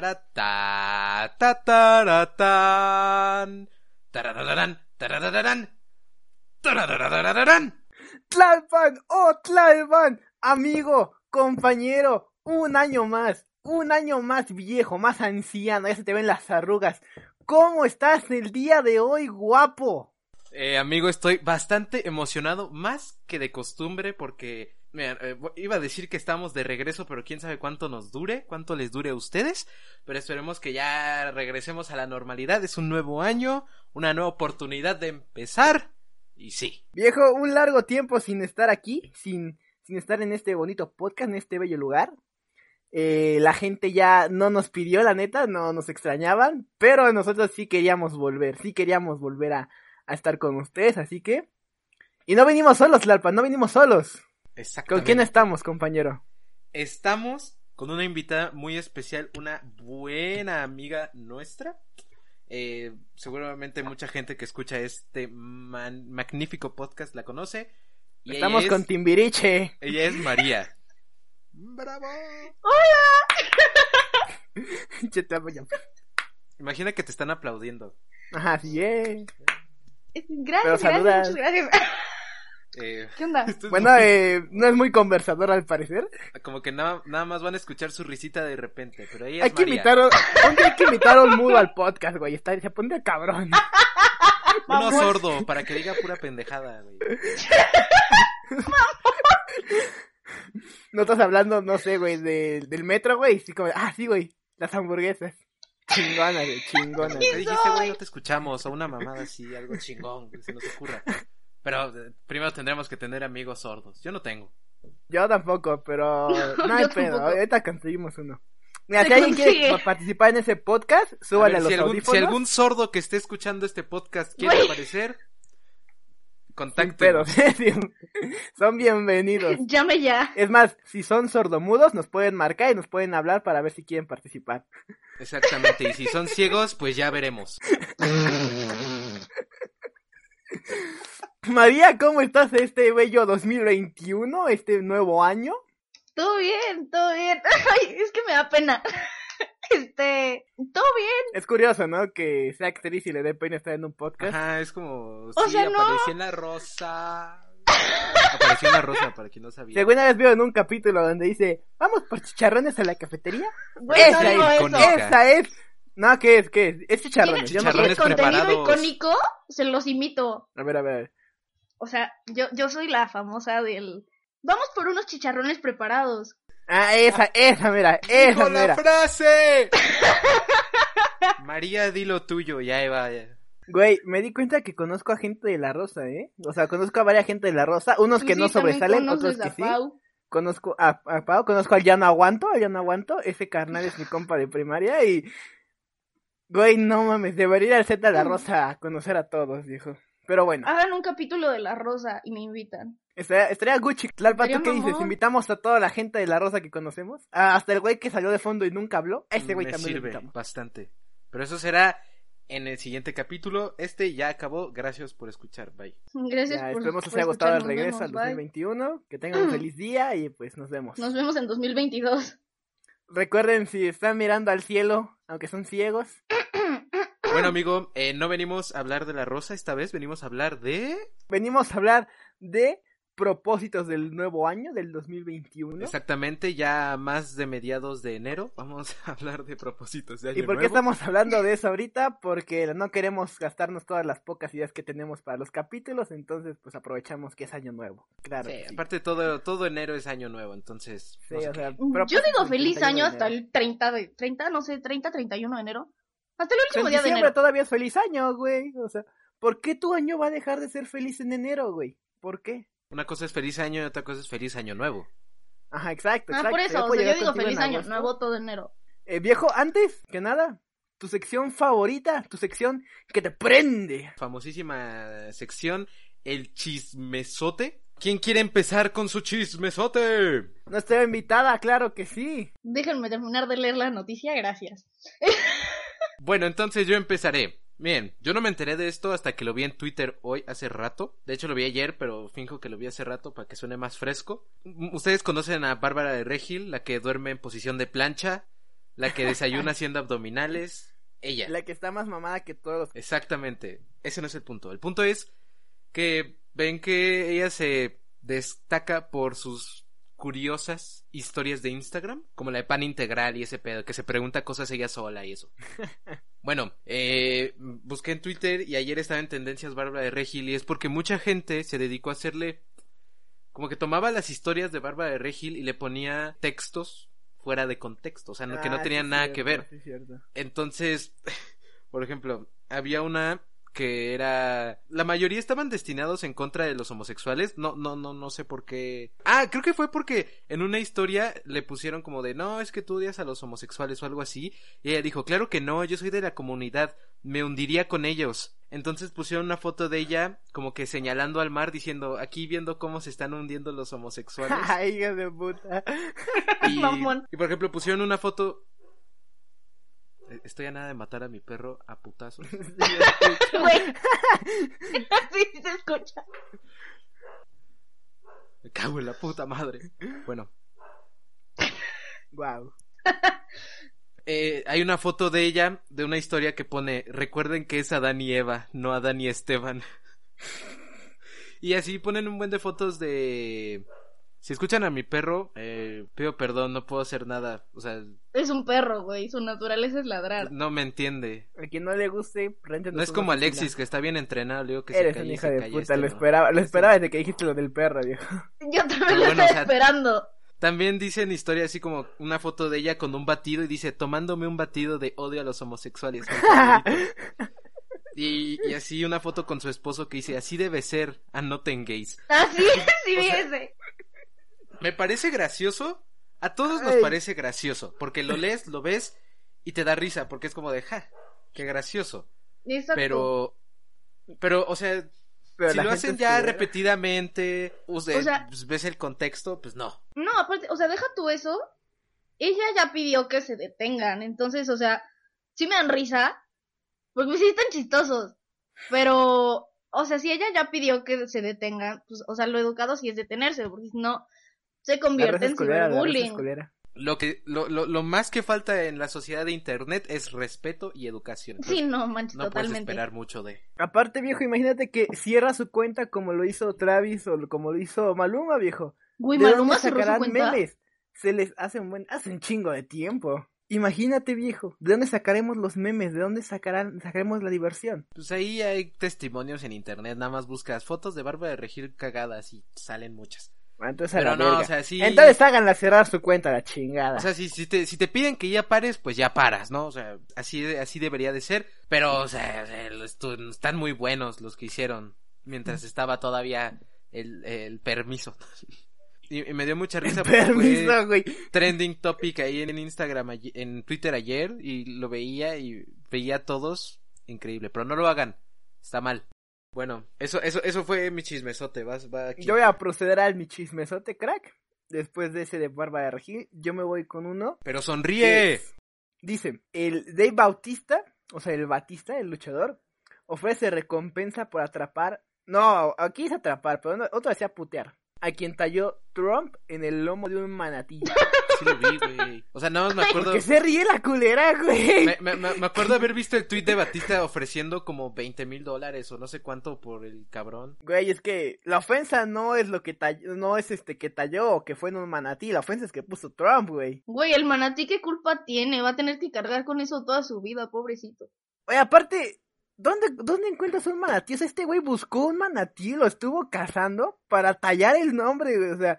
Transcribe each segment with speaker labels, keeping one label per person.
Speaker 1: Tarararararararata, tataratan. Tararararán, tararararán, tararararararán.
Speaker 2: Tlalpan, oh Tlalpan, amigo, compañero, un año más, un año más viejo, más anciano, ya se te ven las arrugas. ¿Cómo estás el día de hoy, guapo?
Speaker 1: Eh, amigo, estoy bastante emocionado, más que de costumbre, porque mira, eh, iba a decir que estamos de regreso, pero quién sabe cuánto nos dure, cuánto les dure a ustedes. Pero esperemos que ya regresemos a la normalidad. Es un nuevo año, una nueva oportunidad de empezar. Y sí.
Speaker 2: Viejo, un largo tiempo sin estar aquí, sin, sin estar en este bonito podcast, en este bello lugar. Eh, la gente ya no nos pidió, la neta, no nos extrañaban, pero nosotros sí queríamos volver, sí queríamos volver a, a estar con ustedes, así que... Y no venimos solos, Larpa, no venimos solos. ¿Con
Speaker 1: Exactamente.
Speaker 2: quién estamos, compañero?
Speaker 1: Estamos con una invitada muy especial, una buena amiga nuestra. Eh, seguramente mucha gente que escucha este man- magnífico podcast la conoce. Y ella
Speaker 2: Estamos
Speaker 1: es-
Speaker 2: con Timbiriche.
Speaker 1: Ella es María. ¡Bravo!
Speaker 2: Che, te apoyo.
Speaker 1: Imagina que te están aplaudiendo.
Speaker 2: Ajá, sí, eh. Pero
Speaker 3: Gracias,
Speaker 2: saluda.
Speaker 3: gracias, muchas gracias.
Speaker 1: Eh,
Speaker 3: ¿Qué onda?
Speaker 1: esto es
Speaker 2: Bueno,
Speaker 1: muy-
Speaker 2: eh, no es muy conversador al parecer.
Speaker 1: como que nada, nada más van a escuchar su risita de repente. Pero ella es
Speaker 2: Hay que
Speaker 1: María.
Speaker 2: invitar, a- un día hay que invitar a un mudo al podcast, güey. Está, se pondría cabrón.
Speaker 1: Uno sordo para que diga pura pendejada, güey.
Speaker 2: No estás hablando, no sé, güey, de- del metro, güey. Sí, como, ah, sí, güey, las hamburguesas. Chingonas, güey, chingonas.
Speaker 1: ¿Qué dijiste, güey? No te escuchamos. O una mamada así, algo chingón, que se nos ocurra. Pero eh, primero tendremos que tener amigos sordos. Yo no tengo.
Speaker 2: Yo tampoco, pero no hay
Speaker 3: yo
Speaker 2: pedo.
Speaker 3: tampoco.
Speaker 2: Ahorita conseguimos uno. Mira,
Speaker 3: Se
Speaker 2: si alguien quiere
Speaker 3: consigue.
Speaker 2: pa- participar en ese podcast,
Speaker 1: A
Speaker 2: súbale
Speaker 1: ver,
Speaker 2: a, los
Speaker 1: si, algún,
Speaker 2: audífonos.
Speaker 1: si algún sordo que esté escuchando este podcast quiere
Speaker 3: Güey.
Speaker 1: aparecer,
Speaker 2: sin
Speaker 1: contacte.
Speaker 2: pedos, sí, son bienvenidos.
Speaker 3: Llame ya.
Speaker 2: Es más, si son sordomudos, nos pueden marcar y nos pueden hablar para ver si quieren participar.
Speaker 1: Exactamente. Y si son ciegos, pues ya veremos.
Speaker 2: María, ¿cómo estás este bello 2021, este nuevo año?
Speaker 3: Todo bien, todo bien. Ay, es que me da pena. Este, todo bien.
Speaker 2: Es curioso, ¿no? Que sea actriz y le dé pena estar en un podcast.
Speaker 1: Ajá, es como.
Speaker 3: O
Speaker 1: sí,
Speaker 3: sea, no.
Speaker 1: apareció en la rosa. Apareció en la rosa, para quien no sabía.
Speaker 2: Según una vez veo en un capítulo donde dice, vamos por chicharrones a la cafetería.
Speaker 3: Güey,
Speaker 2: Esa
Speaker 3: no digo
Speaker 1: es
Speaker 3: eso.
Speaker 1: No. icónica.
Speaker 2: Esa es. No, ¿qué es? ¿Qué es? Es chicharrones. Yo no-
Speaker 1: chicharrones
Speaker 3: el contenido
Speaker 1: preparados.
Speaker 3: icónico se los imito.
Speaker 2: A ver, a ver.
Speaker 3: O sea, yo, yo soy la famosa del. Vamos por unos chicharrones preparados.
Speaker 2: Ah, esa, esa, mira, esa,
Speaker 1: ¡Dijo la
Speaker 2: mira.
Speaker 1: frase! María, di lo tuyo, ya Eva. ya.
Speaker 2: Güey, me di cuenta que conozco a gente de La Rosa, ¿eh? O sea, conozco a varias gente de La Rosa, unos
Speaker 3: Tú
Speaker 2: que
Speaker 3: sí
Speaker 2: no
Speaker 3: también
Speaker 2: sobresalen,
Speaker 3: conoces
Speaker 2: otros que
Speaker 3: a
Speaker 2: sí.
Speaker 3: Pau.
Speaker 2: Conozco a, a Pau, conozco al Ya No Aguanto, al Ya No Aguanto, ese carnal es mi compa de primaria y... Güey, no mames, debería ir al Z de La Rosa a conocer a todos, viejo. Pero bueno,
Speaker 3: Hagan un capítulo de La Rosa y me invitan.
Speaker 2: estaría, estaría Gucci. Tlalpa, ¿tú
Speaker 3: Estaría
Speaker 2: qué dices?
Speaker 3: mamón.
Speaker 2: ¿Invitamos a toda la gente de La Rosa que conocemos? Ah, hasta el güey que salió de fondo y nunca habló. A Ese Este
Speaker 1: Mm,
Speaker 2: güey
Speaker 1: Me
Speaker 2: también lo
Speaker 1: sirve
Speaker 2: invitamos.
Speaker 1: bastante. Pero eso será en el siguiente capítulo. Este ya acabó. Gracias por escuchar. Bye.
Speaker 3: Gracias
Speaker 2: Ya,
Speaker 3: por
Speaker 2: esperemos que os
Speaker 3: por
Speaker 2: haya gustado el
Speaker 3: escucharnos.
Speaker 2: regreso al
Speaker 3: Vemos, bye. Mm.
Speaker 2: 2021. Que tengan un feliz día y pues nos vemos.
Speaker 3: Nos vemos en 2022.
Speaker 2: Recuerden si están mirando al cielo, aunque son ciegos.
Speaker 1: Bueno, amigo, eh, no venimos a hablar de la rosa esta vez. Venimos a hablar de.
Speaker 2: Venimos a hablar de propósitos del nuevo año, del 2021.
Speaker 1: Exactamente, ya más de mediados de enero. Vamos a hablar de propósitos de año
Speaker 2: ¿Y por qué
Speaker 1: nuevo.
Speaker 2: estamos hablando de eso ahorita? Porque no queremos gastarnos todas las pocas ideas que tenemos para los capítulos, entonces pues aprovechamos que es año nuevo. Claro.
Speaker 1: Sí,
Speaker 2: que sí.
Speaker 1: aparte todo, todo enero es año nuevo, entonces.
Speaker 2: Sí,
Speaker 1: no sé
Speaker 2: o sea,
Speaker 3: Yo
Speaker 2: propósitos
Speaker 3: digo
Speaker 2: del
Speaker 3: feliz
Speaker 2: 31 de
Speaker 3: año hasta
Speaker 2: enero.
Speaker 3: el 30 de 30, no sé, 30, 31 de enero. Hasta el
Speaker 2: Pero
Speaker 3: último
Speaker 2: en
Speaker 3: día de
Speaker 2: diciembre
Speaker 3: enero.
Speaker 2: todavía es feliz año, güey. O sea, ¿por qué tu año va a dejar de ser feliz en enero, güey? ¿Por qué?
Speaker 1: Una cosa es feliz año y otra cosa es feliz año nuevo.
Speaker 2: Ajá, exacto,
Speaker 3: Ah,
Speaker 2: exacto.
Speaker 3: por eso, o
Speaker 2: puedo
Speaker 3: sea, yo
Speaker 2: llegar
Speaker 3: digo
Speaker 2: contigo en
Speaker 3: feliz año,
Speaker 2: agosto.
Speaker 3: nuevo todo de enero.
Speaker 2: Eh, viejo, antes que nada, tu sección favorita, tu sección que te prende.
Speaker 1: Famosísima sección, el chismesote. ¿Quién quiere empezar con su chismesote?
Speaker 2: Nuestra invitada, claro que sí.
Speaker 3: Déjenme terminar de leer la noticia, gracias.
Speaker 1: Bueno, entonces yo empezaré. Miren, yo no me enteré de esto hasta que lo vi en Twitter hoy, hace rato. De hecho, lo vi ayer, pero finjo que lo vi hace rato para que suene más fresco. M- Ustedes conocen a Bárbara de Regil, la que duerme en posición de plancha, la que desayuna haciendo abdominales. Ella.
Speaker 2: La que está más mamada que todos los...
Speaker 1: Exactamente. Ese no es el punto. El punto es que ven que ella se destaca por sus curiosas historias de Instagram, como la de pan integral y ese pedo, que se pregunta cosas ella sola y eso. bueno, eh, busqué en Twitter y ayer estaba en tendencias Bárbara de Regil y es porque mucha gente se dedicó a hacerle como que tomaba las historias de Bárbara de Regil y le ponía textos fuera de contexto, o sea, no- que no
Speaker 2: Ah,
Speaker 1: tenían
Speaker 2: sí,
Speaker 1: nada
Speaker 2: cierto,
Speaker 1: que ver.
Speaker 2: sí, cierto.
Speaker 1: Entonces, por ejemplo, había una que era la mayoría estaban destinados en contra de los homosexuales, no no no no sé por qué. Ah, creo que fue porque en una historia le pusieron como de, "No, es que tú odias a los homosexuales" o algo así, y ella dijo, "Claro que no, yo soy de la comunidad, me hundiría con ellos." Entonces pusieron una foto de ella como que señalando al mar diciendo, "Aquí viendo cómo se están hundiendo los homosexuales."
Speaker 2: Ay, hija de puta.
Speaker 1: Y,
Speaker 3: Mamón.
Speaker 1: y, por ejemplo, pusieron una foto. Eh, Estoy a nada de matar a mi perro a putazos.
Speaker 3: Güey. Así se escucha.
Speaker 1: Me cago en la puta madre. Bueno,
Speaker 2: Wow.
Speaker 1: eh, hay una foto de ella, de una historia que pone: Recuerden que es Adán y Eva, no Adán y Esteban. y así ponen un buen de fotos de. Si escuchan a mi perro, eh, pido perdón, no puedo hacer nada. O sea,
Speaker 3: Es un perro, güey. Su naturaleza es ladrar.
Speaker 1: no me entiende.
Speaker 2: A quien no le guste, renten
Speaker 1: No es como Alexis, que está bien entrenado. Le digo que
Speaker 2: Eres
Speaker 1: se
Speaker 2: una
Speaker 1: calle,
Speaker 2: hija
Speaker 1: se
Speaker 2: de
Speaker 1: calle,
Speaker 2: puta,
Speaker 1: este
Speaker 2: lo
Speaker 1: no.
Speaker 2: esperaba, lo esperaba desde que dijiste lo del perro, viejo.
Speaker 3: Yo
Speaker 1: Pero
Speaker 3: también
Speaker 1: bueno,
Speaker 3: lo estoy
Speaker 1: o sea,
Speaker 3: esperando.
Speaker 1: También dicen historia así como una foto de ella con un batido y dice tomándome un batido de odio a los homosexuales. con favorito". y, y así una foto con su esposo que dice así debe ser, anoten gays.
Speaker 3: Así es, Ah, sí,
Speaker 1: O sea,
Speaker 3: ese.
Speaker 1: Me parece gracioso, a todos nos
Speaker 2: Ay.
Speaker 1: parece gracioso, porque lo lees, lo ves y te da risa, porque es como de ja, qué gracioso.
Speaker 3: Exacto.
Speaker 1: Pero, pero, o sea,
Speaker 2: Pero
Speaker 1: si
Speaker 2: la
Speaker 1: lo
Speaker 2: gente
Speaker 1: hacen ya
Speaker 2: estuviera-
Speaker 1: repetidamente, o sea,
Speaker 3: O sea-
Speaker 1: pues, ves el contexto, pues no.
Speaker 3: No, aparte, o sea, deja tú eso. Ella ya pidió que se detengan. Entonces, o sea, sí me dan risa. Porque pues sí están chistosos. Pero, o sea, si ella ya pidió que se detengan, pues, o sea, lo educado sí es detenerse. Porque si no, se
Speaker 2: La raza
Speaker 3: convierte en
Speaker 2: es culera, la raza es
Speaker 3: ciberbullying.
Speaker 2: culera.
Speaker 1: Lo que lo, lo, lo más que falta en la sociedad de internet es respeto y educación.
Speaker 3: Sí,
Speaker 1: Entonces,
Speaker 3: no, manches,
Speaker 1: no puedes
Speaker 3: totalmente.
Speaker 1: esperar mucho de.
Speaker 2: Aparte, viejo, imagínate que cierra su cuenta como lo hizo Travis o como lo hizo Maluma, viejo.
Speaker 3: Güey,
Speaker 2: ¿De
Speaker 3: Maluma
Speaker 2: dónde
Speaker 3: cerró su
Speaker 2: sacarán
Speaker 3: cuenta.
Speaker 2: memes? Se les hace un buen, hace un chingo de tiempo. Imagínate, viejo, ¿de dónde sacaremos los memes? ¿De dónde sacarán, sacaremos la diversión?
Speaker 1: Pues ahí hay testimonios en internet, nada más buscas fotos de barba de regir cagadas y salen muchas.
Speaker 2: Ah, Entonces, a
Speaker 1: Pero
Speaker 2: la
Speaker 1: no,
Speaker 2: verga.
Speaker 1: o sea, sí.
Speaker 2: Entonces háganla cerrar su cuenta, la chingada.
Speaker 1: o sea, si, si te, si te piden que ya pares, pues ya paras, ¿no? O sea, así, así debería de ser. Pero, o sea, o sea, los- tu- están muy buenos los que hicieron mientras estaba todavía el, el permiso. Y, y me dio mucha risa. porque fue-
Speaker 2: Permiso, güey.
Speaker 1: trending topic ahí en Instagram, ay- en Twitter ayer y lo veía y veía a todos. Increíble, pero no lo hagan, está mal. Bueno, eso, eso, eso fue mi chismesote, vas, va aquí.
Speaker 2: Yo voy a proceder al mi chismesote, crack. Después de ese de Barba de Regil, yo me voy con uno.
Speaker 1: Pero sonríe.
Speaker 2: Dice, el Dave Bautista, o sea, el Batista, el luchador, ofrece recompensa por atrapar. No, aquí es atrapar, pero no- otro decía putear. A quien talló Trump en el lomo de un manatí.
Speaker 1: Sí lo vi, güey. O sea, nada más me acuerdo.
Speaker 2: Porque se ríe la culera, güey.
Speaker 1: Me, me- me- me acuerdo haber visto el tweet de Batista ofreciendo como 20 mil dólares o no sé cuánto por el cabrón.
Speaker 2: Güey, es que la ofensa no es lo que talló, no es este que talló o que fue en un manatí, la ofensa es que puso Trump, güey.
Speaker 3: Güey, el manatí, ¿qué culpa tiene? Va a tener que cargar con eso toda su vida, pobrecito.
Speaker 2: Oye, aparte, ¿dónde, ¿dónde encuentras un manatí? O sea, este güey buscó un manatí, lo estuvo cazando para tallar el nombre, güey. O sea,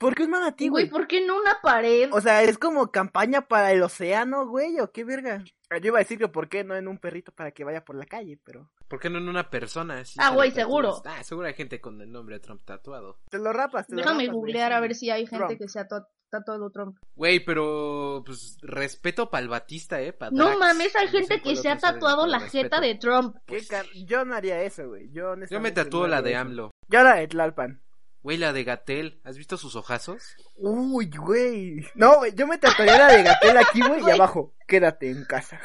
Speaker 2: ¿por qué un manatí,
Speaker 3: Güey,
Speaker 2: güey?
Speaker 3: ¿por qué no una pared?
Speaker 2: O sea, es como campaña para el océano, güey, o qué verga. Ah, Yo iba a decir que por qué no en un perrito para que vaya por la calle, pero
Speaker 1: ¿Por qué no en una persona? Sí,
Speaker 3: Ah,
Speaker 1: se
Speaker 3: güey,
Speaker 1: lo tatúas.
Speaker 3: seguro.
Speaker 1: Ah, seguro hay gente con el nombre de Trump tatuado.
Speaker 2: te lo rapas, te lo
Speaker 3: Déjame
Speaker 2: rapas, güey.
Speaker 3: googlear a ver si hay gente
Speaker 2: Trump.
Speaker 3: que sea ta- tatuado Trump.
Speaker 1: Güey, pero pues respeto pa'l Batista, eh. pa'
Speaker 3: No
Speaker 1: Drax.
Speaker 3: mames, hay
Speaker 1: No sé
Speaker 3: gente
Speaker 1: cuál
Speaker 3: que se
Speaker 1: otro ser,
Speaker 3: ha tatuado
Speaker 1: pero
Speaker 3: la
Speaker 1: respeto.
Speaker 3: jeta de Trump.
Speaker 2: Qué car- Yo no haría eso, güey. Yo,
Speaker 1: Yo me
Speaker 2: honestamente
Speaker 1: tatúo
Speaker 2: no
Speaker 1: la
Speaker 2: haría
Speaker 1: de
Speaker 2: eso.
Speaker 1: AMLO.
Speaker 2: Yo la de Tlalpan.
Speaker 1: Güey, la de Gatel. ¿Has visto sus ojazos?
Speaker 2: Uy, güey. No, güey, yo me tatuaría la de Gatel aquí, güey, y
Speaker 3: Güey.
Speaker 2: abajo. Quédate en casa.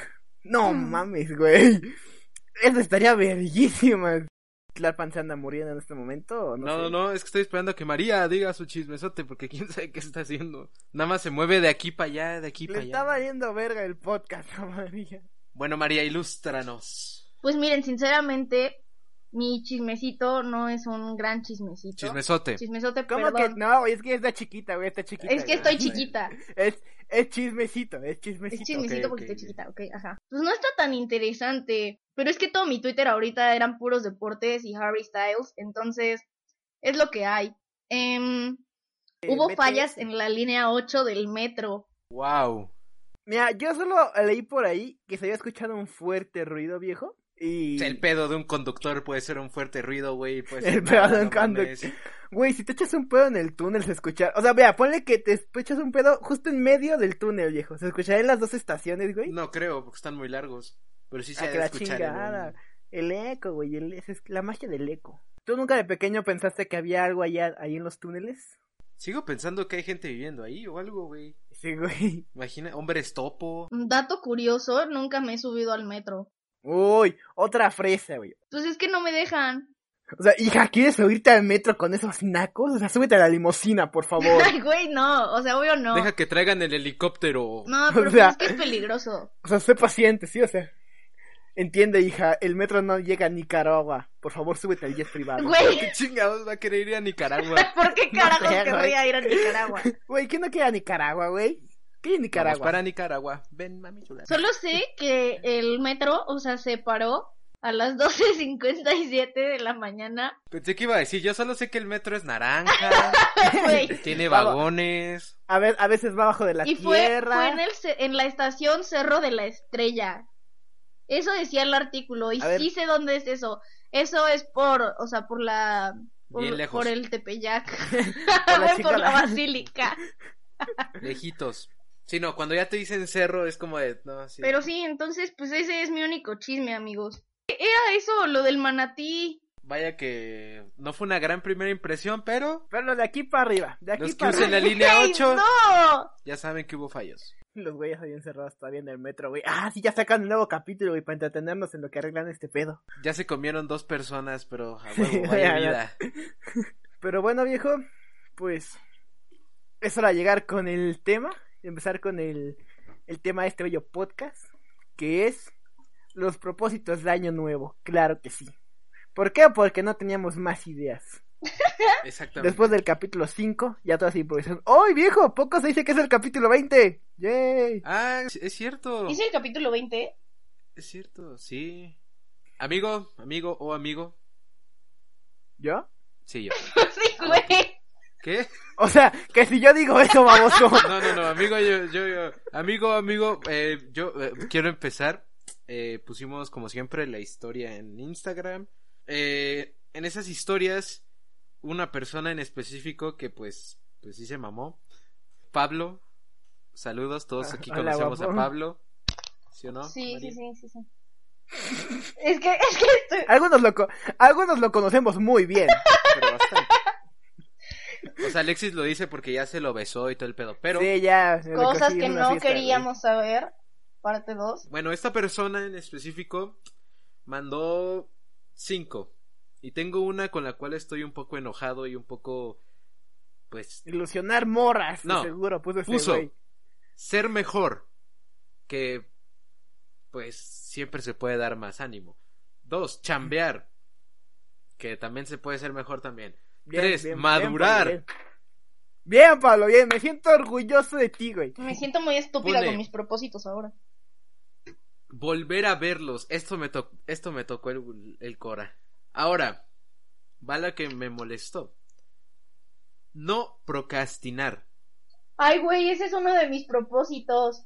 Speaker 2: No
Speaker 3: Mm.
Speaker 2: mames, güey. Eso estaría verguísima. Tlalpan se anda muriendo en este momento. o No,
Speaker 1: No,
Speaker 2: sé?
Speaker 1: no, no, es que estoy esperando a que María diga su chismesote porque quién sabe qué está haciendo. Nada más se mueve de aquí para allá, de aquí
Speaker 2: Le
Speaker 1: para
Speaker 2: está
Speaker 1: allá.
Speaker 2: valiendo verga el podcast a María.
Speaker 1: Bueno, María, ilústranos.
Speaker 3: Pues miren, sinceramente, mi chismecito no es un gran chismecito.
Speaker 1: Chismesote.
Speaker 3: Chismesote,
Speaker 2: ¿Cómo
Speaker 3: perdón.
Speaker 2: que no? güey, Es que está chiquita, güey, está chiquita.
Speaker 3: Es
Speaker 2: güey.
Speaker 3: que estoy chiquita.
Speaker 2: Es, es chismecito, es
Speaker 3: Es
Speaker 2: chismecito.
Speaker 3: chismecito
Speaker 1: ok,
Speaker 3: porque
Speaker 1: ok,
Speaker 3: estoy
Speaker 1: ok.
Speaker 3: chiquita, ok, ajá. Pues no está tan interesante. Pero es que todo mi Twitter ahorita eran puros deportes y Harry Styles. Entonces, es lo que hay. Em,
Speaker 2: Eh,
Speaker 3: hubo
Speaker 2: vete-
Speaker 3: fallas en la línea 8 del metro.
Speaker 1: Wow.
Speaker 2: Mira, yo solo leí por ahí que se había escuchado un fuerte ruido, viejo. Y.
Speaker 1: El pedo de un conductor puede ser un fuerte ruido, güey. puede ser
Speaker 2: El
Speaker 1: nada,
Speaker 2: pedo de un
Speaker 1: no mames.
Speaker 2: conductor. Güey, si te echas un pedo en el túnel, se escucha. O sea, vea, ponle que te echas un pedo justo en medio del túnel, viejo. Se escuchará en las dos estaciones, güey.
Speaker 1: No creo, porque están muy largos. Pero sí se
Speaker 2: Ah,
Speaker 1: ha
Speaker 2: que
Speaker 1: de
Speaker 2: la
Speaker 1: escuchar. el-
Speaker 2: chingada. El eco, güey, el- esa es la magia del eco. ¿Tú nunca de pequeño pensaste que había algo allá, ahí en los túneles?
Speaker 1: Sigo pensando que hay gente viviendo ahí o algo, güey.
Speaker 2: Sí, güey.
Speaker 1: Imagina, hombres topo.
Speaker 3: Dato curioso, nunca me he subido al metro.
Speaker 2: Uy, otra fresa, güey.
Speaker 3: Pues es que no me dejan.
Speaker 2: O sea, hija, ¿quieres subirte al metro con esos nacos? O sea, súbete a la limusina, por favor.
Speaker 3: Ay, güey, no. O sea, obvio no.
Speaker 1: Deja que traigan el helicóptero.
Speaker 3: No, pero
Speaker 2: O sea-
Speaker 3: pues es que es peligroso.
Speaker 2: O sea, sé paciente, sí, o sea. Entiende, hija, el metro no llega a Nicaragua. Por favor, súbete al jet privado.
Speaker 3: Güey,
Speaker 1: ¿Qué chingados va a querer ir a Nicaragua?
Speaker 3: ¿por qué
Speaker 2: No
Speaker 3: carajos
Speaker 2: sé, güey.
Speaker 3: querría ir a Nicaragua?
Speaker 2: Güey, ¿quién no quiere a Nicaragua, güey? ¿Qué hay en
Speaker 1: Vamos
Speaker 2: Nicaragua?
Speaker 1: para Nicaragua. Ven, mami chula.
Speaker 3: Solo sé que el metro, o sea, se paró a las 12.57 de la mañana.
Speaker 1: Pensé que iba a decir, yo solo sé que el metro es naranja,
Speaker 3: Güey.
Speaker 1: tiene
Speaker 2: Vamos.
Speaker 1: vagones.
Speaker 2: A, ver, a veces va abajo de la
Speaker 3: Y fue,
Speaker 2: tierra.
Speaker 3: fue en, el, ce- en la estación Cerro de la Estrella. Eso decía el artículo. Y
Speaker 2: A ver.
Speaker 3: sí sé dónde es eso. Eso es por, o sea, por la. Por,
Speaker 1: Bien lejos.
Speaker 3: por el Tepeyac.
Speaker 2: Por la
Speaker 3: por,
Speaker 2: chica-
Speaker 3: la basílica.
Speaker 1: Lejitos. Sí, no, cuando ya te dicen cerro es como de... No, sí.
Speaker 3: Pero sí, entonces, pues ese es mi único chisme, amigos. E-, Era eso, lo del manatí.
Speaker 1: Vaya que no fue una gran primera impresión, pero
Speaker 2: Pero de aquí para arriba, de aquí
Speaker 1: los que
Speaker 2: para arriba.
Speaker 1: usen la línea
Speaker 3: ¡Ey,
Speaker 1: 8
Speaker 3: ¡No!
Speaker 1: ya saben que hubo fallos.
Speaker 2: Los güeyes habían cerrado todavía en el metro, güey. Ah, sí, ya sacan un nuevo capítulo, güey, para entretenernos en lo que arreglan este pedo.
Speaker 1: Ya se comieron dos personas, pero a
Speaker 2: Sí,
Speaker 1: huevo, vaya
Speaker 2: ya, ya.
Speaker 1: vida.
Speaker 2: Pero bueno, viejo, pues es hora de llegar con el tema, empezar con el, el tema de este bello podcast, que es los propósitos de año nuevo, claro que sí. ¿Por qué? Porque no teníamos más ideas.
Speaker 1: Exactamente.
Speaker 2: Después del capítulo 5, ya todas improvisaron. ¡Ay, viejo! Poco se dice que es el capítulo 20. ¡Yay!
Speaker 1: Ah, es- es cierto.
Speaker 3: Hice el capítulo 20.
Speaker 1: Es cierto, sí. Amigo, amigo o amigo.
Speaker 2: ¿Yo?
Speaker 1: Sí, yo.
Speaker 3: sí, güey.
Speaker 1: ¿Qué?
Speaker 2: O sea, que si yo digo eso, baboso.
Speaker 1: No, no, no, amigo, yo, yo, yo. Amigo, amigo, eh, yo eh, quiero empezar. Eh, pusimos, como siempre, la historia en Instagram. Eh, en esas historias, una persona en específico que, pues, pues sí se mamó. Pablo. Saludos, todos
Speaker 2: Ah,
Speaker 1: aquí
Speaker 2: hola,
Speaker 1: conocemos a
Speaker 2: guapo.
Speaker 1: Pablo. ¿Sí o no?
Speaker 3: Sí, sí,
Speaker 1: María?
Speaker 3: sí, sí, sí. es que, es que estoy...
Speaker 2: Algunos lo, co- algunos lo conocemos muy bien.
Speaker 1: Pero bastante. O sea, Alexis lo dice porque ya se lo besó y todo el pedo. Pero
Speaker 2: Sí, ya. me
Speaker 3: cosas
Speaker 2: recogí
Speaker 3: que
Speaker 2: en una
Speaker 3: no
Speaker 2: fiesta, güey.
Speaker 3: queríamos saber. Parte 2.
Speaker 1: Bueno, esta persona en específico mandó cinco. Y tengo una con la cual estoy un poco enojado y un poco. Pues.
Speaker 2: Ilusionar morras,
Speaker 1: No,
Speaker 2: no, seguro, puso ese
Speaker 1: puso.
Speaker 2: güey.
Speaker 1: Ser mejor. Que. Pues siempre se puede dar más ánimo. Dos, chambear. Que también se puede ser mejor también. Tres, madurar.
Speaker 2: Bien Pablo, bien. Bien, Pablo, bien, me siento orgulloso de ti, güey.
Speaker 3: Me siento muy estúpida
Speaker 1: Pone.
Speaker 3: con mis propósitos ahora.
Speaker 1: Volver a verlos. Esto me, to- esto me tocó el, el Cora. Ahora, va la que me molestó. No procrastinar.
Speaker 3: Ay, güey, ese es uno de mis propósitos.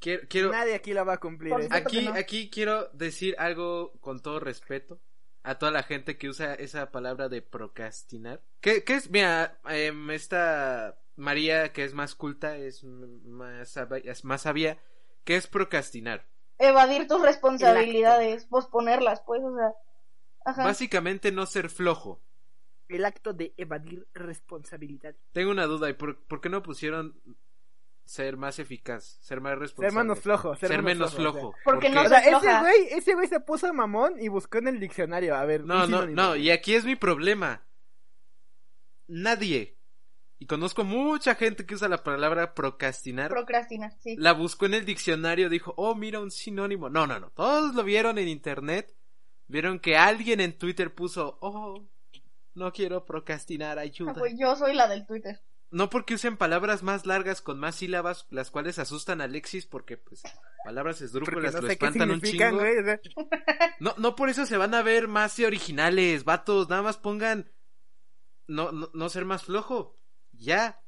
Speaker 1: Quiero, quiero,
Speaker 2: Nadie aquí la va a cumplir.
Speaker 3: Por
Speaker 2: eh.
Speaker 3: supuesto.
Speaker 1: aquí,
Speaker 3: que no.
Speaker 1: aquí quiero decir algo con todo respeto a toda la gente que usa esa palabra de procrastinar. ¿Qué, qué es? Mira, em, esta María que es más culta, es m- más, sab- es más sabia. ¿Qué es procrastinar?
Speaker 3: Evadir tus responsabilidades, posponerlas, pues, o sea. Ajá.
Speaker 1: Básicamente no ser flojo.
Speaker 2: El acto de evadir responsabilidad.
Speaker 1: Tengo una duda, ¿y por, por qué no pusieron ser más eficaz, ser más
Speaker 2: Ser
Speaker 1: responsable.
Speaker 2: menos flojo. Ser,
Speaker 1: Ser menos flojo.
Speaker 3: Porque
Speaker 2: O
Speaker 3: no
Speaker 2: sea, O
Speaker 1: porque-
Speaker 2: sea,
Speaker 3: Soy floja.
Speaker 2: ese güey, ese güey se puso mamón y buscó en el diccionario, a ver.
Speaker 1: No,
Speaker 2: un
Speaker 1: no,
Speaker 2: sinónimo.
Speaker 1: no, y aquí es mi problema. Nadie, y conozco mucha gente que usa la palabra procrastinar,
Speaker 3: procrastinar, sí. Ah,
Speaker 1: la buscó en el diccionario, dijo, oh, mira un sinónimo. No, no, no, todos lo vieron en internet, vieron que alguien en Twitter puso, oh, no quiero procrastinar, ayuda.
Speaker 3: Ah, pues yo soy la del Twitter.
Speaker 1: No porque usen palabras más largas con más sílabas, las cuales asustan a Alexis porque, pues, palabras
Speaker 2: Porque
Speaker 1: esdrújulas
Speaker 2: no
Speaker 1: lo
Speaker 2: sé qué
Speaker 1: espantan un
Speaker 2: significan,
Speaker 1: chingo.
Speaker 2: güey. o sea,
Speaker 1: No, no por eso se van a ver más de originales, vatos. Nada más pongan. No, no, no ser más flojo. Ya.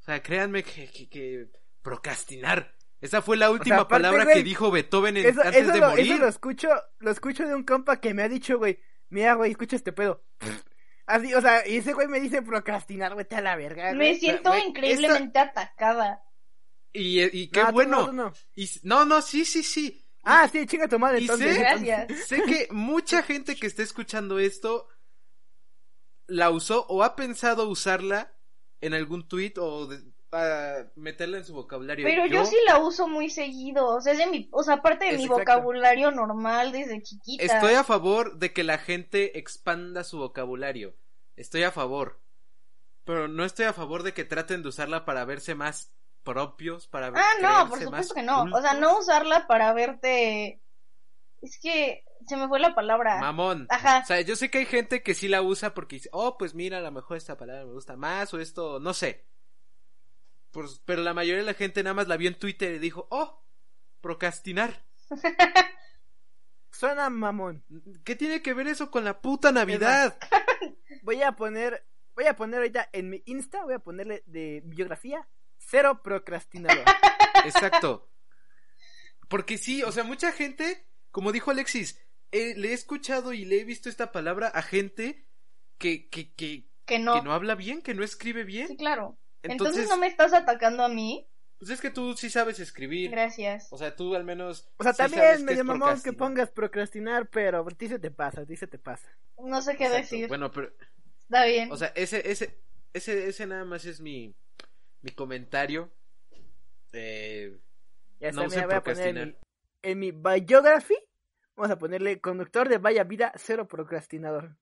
Speaker 1: O sea, créanme que, que- que procrastinar. Esa fue la última
Speaker 2: aparte,
Speaker 1: palabra
Speaker 2: güey,
Speaker 1: que dijo Beethoven en-
Speaker 2: Eso,
Speaker 1: antes
Speaker 2: eso
Speaker 1: de
Speaker 2: lo,
Speaker 1: morir.
Speaker 2: eso lo escucho, lo escucho de un compa que me ha dicho, güey, mira, güey, escucha este pedo. Así, o sea, y ese güey me dice procrastinar, güey, te a la verga.
Speaker 3: Me
Speaker 2: güey.
Speaker 3: siento
Speaker 1: güey,
Speaker 3: increíblemente atacada.
Speaker 1: Y, y qué
Speaker 2: No, Ah, tú
Speaker 1: bueno.
Speaker 2: no, tú no.
Speaker 1: Y, no, no, sí, sí, sí.
Speaker 2: Ah, sí, chinga tu madre,
Speaker 1: Y
Speaker 2: entonces.
Speaker 1: pues, sí.
Speaker 3: Gracias.
Speaker 1: Sé que mucha gente que esté escuchando esto la usó o ha pensado usarla en algún tweet o de- para meterla en su vocabulario.
Speaker 3: Pero yo sí la uso muy seguido. O sea, es de mi, o sea, aparte de
Speaker 2: Es
Speaker 3: mi
Speaker 2: exacto.
Speaker 3: vocabulario normal desde chiquita.
Speaker 1: Estoy a favor de que la gente expanda su vocabulario. Estoy a favor. Pero no estoy a favor de que traten de usarla para verse más propios, para
Speaker 3: Ah, no,
Speaker 1: creerse
Speaker 3: por
Speaker 1: más
Speaker 3: supuesto que no. O
Speaker 1: cultos.
Speaker 3: sea, no usarla para verte. Es que se me fue la palabra.
Speaker 1: Mamón.
Speaker 3: Ajá.
Speaker 1: O sea, yo sé que hay gente que sí la usa porque dice, oh, pues mira, a lo mejor esta palabra me gusta más o esto, no sé. Por- pero la mayoría de la gente nada más la vio en Twitter y dijo, oh, procrastinar.
Speaker 2: Suena mamón.
Speaker 1: ¿Qué tiene que ver eso con la puta Navidad?
Speaker 2: Voy a poner, voy a poner ahorita en mi Insta, voy a ponerle de biografía, cero procrastinador.
Speaker 1: Exacto. Porque sí, o sea, mucha gente, como dijo Alexis, eh, le he escuchado y le he visto esta palabra a gente que, que, que,
Speaker 3: Que no.
Speaker 1: que no habla bien, que no escribe bien.
Speaker 3: Sí, claro. Entonces...
Speaker 1: Entonces,
Speaker 3: no me estás atacando a mí.
Speaker 1: pues es que tú sí sabes escribir.
Speaker 3: Gracias.
Speaker 1: O sea, tú al menos.
Speaker 2: O sea,
Speaker 1: sí
Speaker 2: también
Speaker 1: sabes qué
Speaker 2: medio
Speaker 1: es
Speaker 2: mamón que
Speaker 1: procrastinar.
Speaker 2: pongas procrastinar, pero a ti se te pasa, a ti se te pasa.
Speaker 3: No sé qué
Speaker 1: Exacto.
Speaker 3: decir.
Speaker 1: Bueno, pero.
Speaker 3: Está bien.
Speaker 1: O sea, ese, ese, ese, ese nada más es mi, mi comentario. Eh,
Speaker 2: Ya está,
Speaker 1: No usen
Speaker 2: mira, voy a poner en mi,
Speaker 1: procrastinar.
Speaker 2: en mi biography, vamos a ponerle conductor de Vaya Vida, cero procrastinador.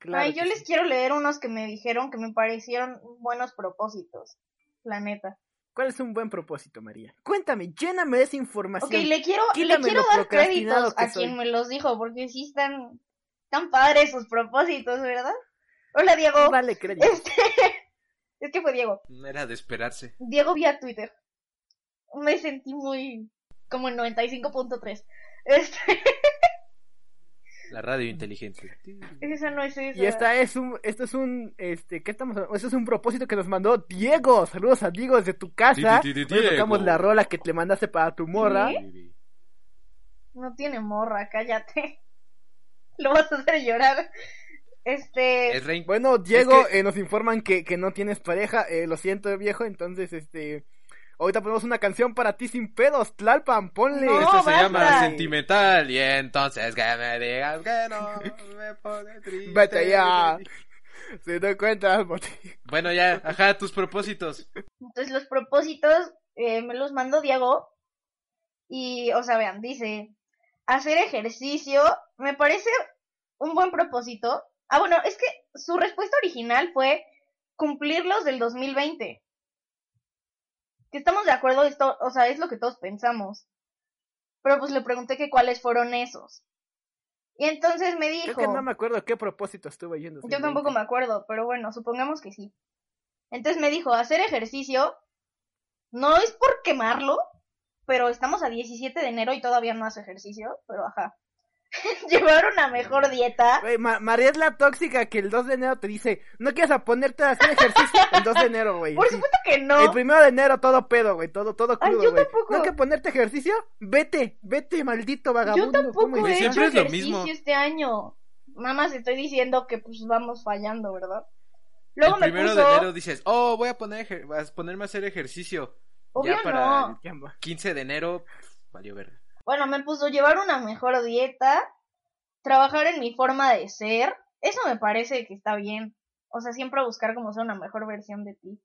Speaker 2: Claro
Speaker 3: Ay,
Speaker 2: que
Speaker 3: yo
Speaker 2: sí.
Speaker 3: les quiero leer unos que me dijeron que me parecieron buenos propósitos. La neta.
Speaker 2: ¿Cuál es un buen propósito, María? Cuéntame, lléname de esa información.
Speaker 3: Ok, le quiero, le
Speaker 2: Quítame
Speaker 3: quiero
Speaker 2: lo
Speaker 3: dar
Speaker 2: procrastinado
Speaker 3: créditos
Speaker 2: que
Speaker 3: a quien
Speaker 2: soy.
Speaker 3: me los dijo, porque sí están, tan padres sus propósitos, ¿verdad? Hola, Diego.
Speaker 2: Vale, crédito.
Speaker 3: Este, es que fue Diego.
Speaker 1: no era de esperarse.
Speaker 3: Diego vía Twitter. Me sentí muy como en 95.3. Este,
Speaker 1: La radio inteligente.
Speaker 3: esa no es esa.
Speaker 2: Y esta es un, esto es un, este, ¿qué estamos hablando? Esto es un propósito que nos mandó Diego. Saludos a Diego desde tu casa.
Speaker 1: Di- di- di-
Speaker 2: Hoy tocamos
Speaker 1: Diego.
Speaker 2: la rola que te mandaste para tu morra.
Speaker 3: ¿Qué? No tiene morra, cállate. Lo vas a hacer llorar. Este.
Speaker 1: Es rein-
Speaker 2: Bueno, Diego,
Speaker 1: Es
Speaker 2: eh, nos informan que, que no tienes pareja. Eh, lo siento, viejo. Entonces, este, ahorita ponemos una canción para ti sin pedos. Tlalpan, ponle.
Speaker 3: No,
Speaker 1: Esto se
Speaker 3: basta.
Speaker 1: llama sentimental. Y entonces que me digas que no me pone triste.
Speaker 2: Vete ya. Se da cuenta, Moti.
Speaker 1: Bueno, ya, ajá, tus propósitos.
Speaker 3: Entonces los propósitos eh, me los mandó Diego. Y, o sea, vean, dice, hacer ejercicio me parece un buen propósito. Ah, bueno, es que su respuesta original fue cumplirlos del 2020. Que estamos de acuerdo, esto, o sea, es lo que todos pensamos. Pero pues le pregunté que cuáles fueron esos. Y entonces me dijo...
Speaker 2: Creo que no me acuerdo qué propósito estuve yendo.
Speaker 3: Yo tampoco me acuerdo, pero bueno, supongamos que sí. Entonces me dijo, hacer ejercicio no es por quemarlo, pero estamos a 17 de enero y todavía no hace ejercicio, pero ajá. Llevar una mejor dieta.
Speaker 2: Güey, Ma- María es la tóxica que el 2 de enero te dice, no quieres a ponerte a hacer ejercicio el 2 de enero, güey.
Speaker 3: Por
Speaker 2: Sí.
Speaker 3: supuesto que no.
Speaker 2: El primero de enero todo pedo, güey, todo, todo
Speaker 3: Ay,
Speaker 2: crudo,
Speaker 3: yo
Speaker 2: güey.
Speaker 3: tampoco.
Speaker 2: ¿No que ponerte ejercicio? Vete, vete, maldito
Speaker 3: Yo
Speaker 2: vagabundo. ¿cómo
Speaker 3: tampoco
Speaker 2: estás?
Speaker 3: he hecho
Speaker 1: Siempre es lo
Speaker 3: ejercicio
Speaker 1: mismo.
Speaker 3: este año. Mamá, te estoy diciendo que pues vamos fallando, ¿verdad?
Speaker 1: El
Speaker 3: Luego me
Speaker 1: primero de
Speaker 3: puso,
Speaker 1: enero dices, oh, voy a, poner, ejer- vas a ponerme a hacer ejercicio.
Speaker 3: obvio
Speaker 1: ya para
Speaker 3: no.
Speaker 2: Ya, ma.
Speaker 1: 15 de enero, valió verga.
Speaker 3: Bueno, me puso llevar una mejor dieta, trabajar en mi forma de ser. Eso me parece que está bien. O sea, siempre buscar como ser una mejor versión de ti.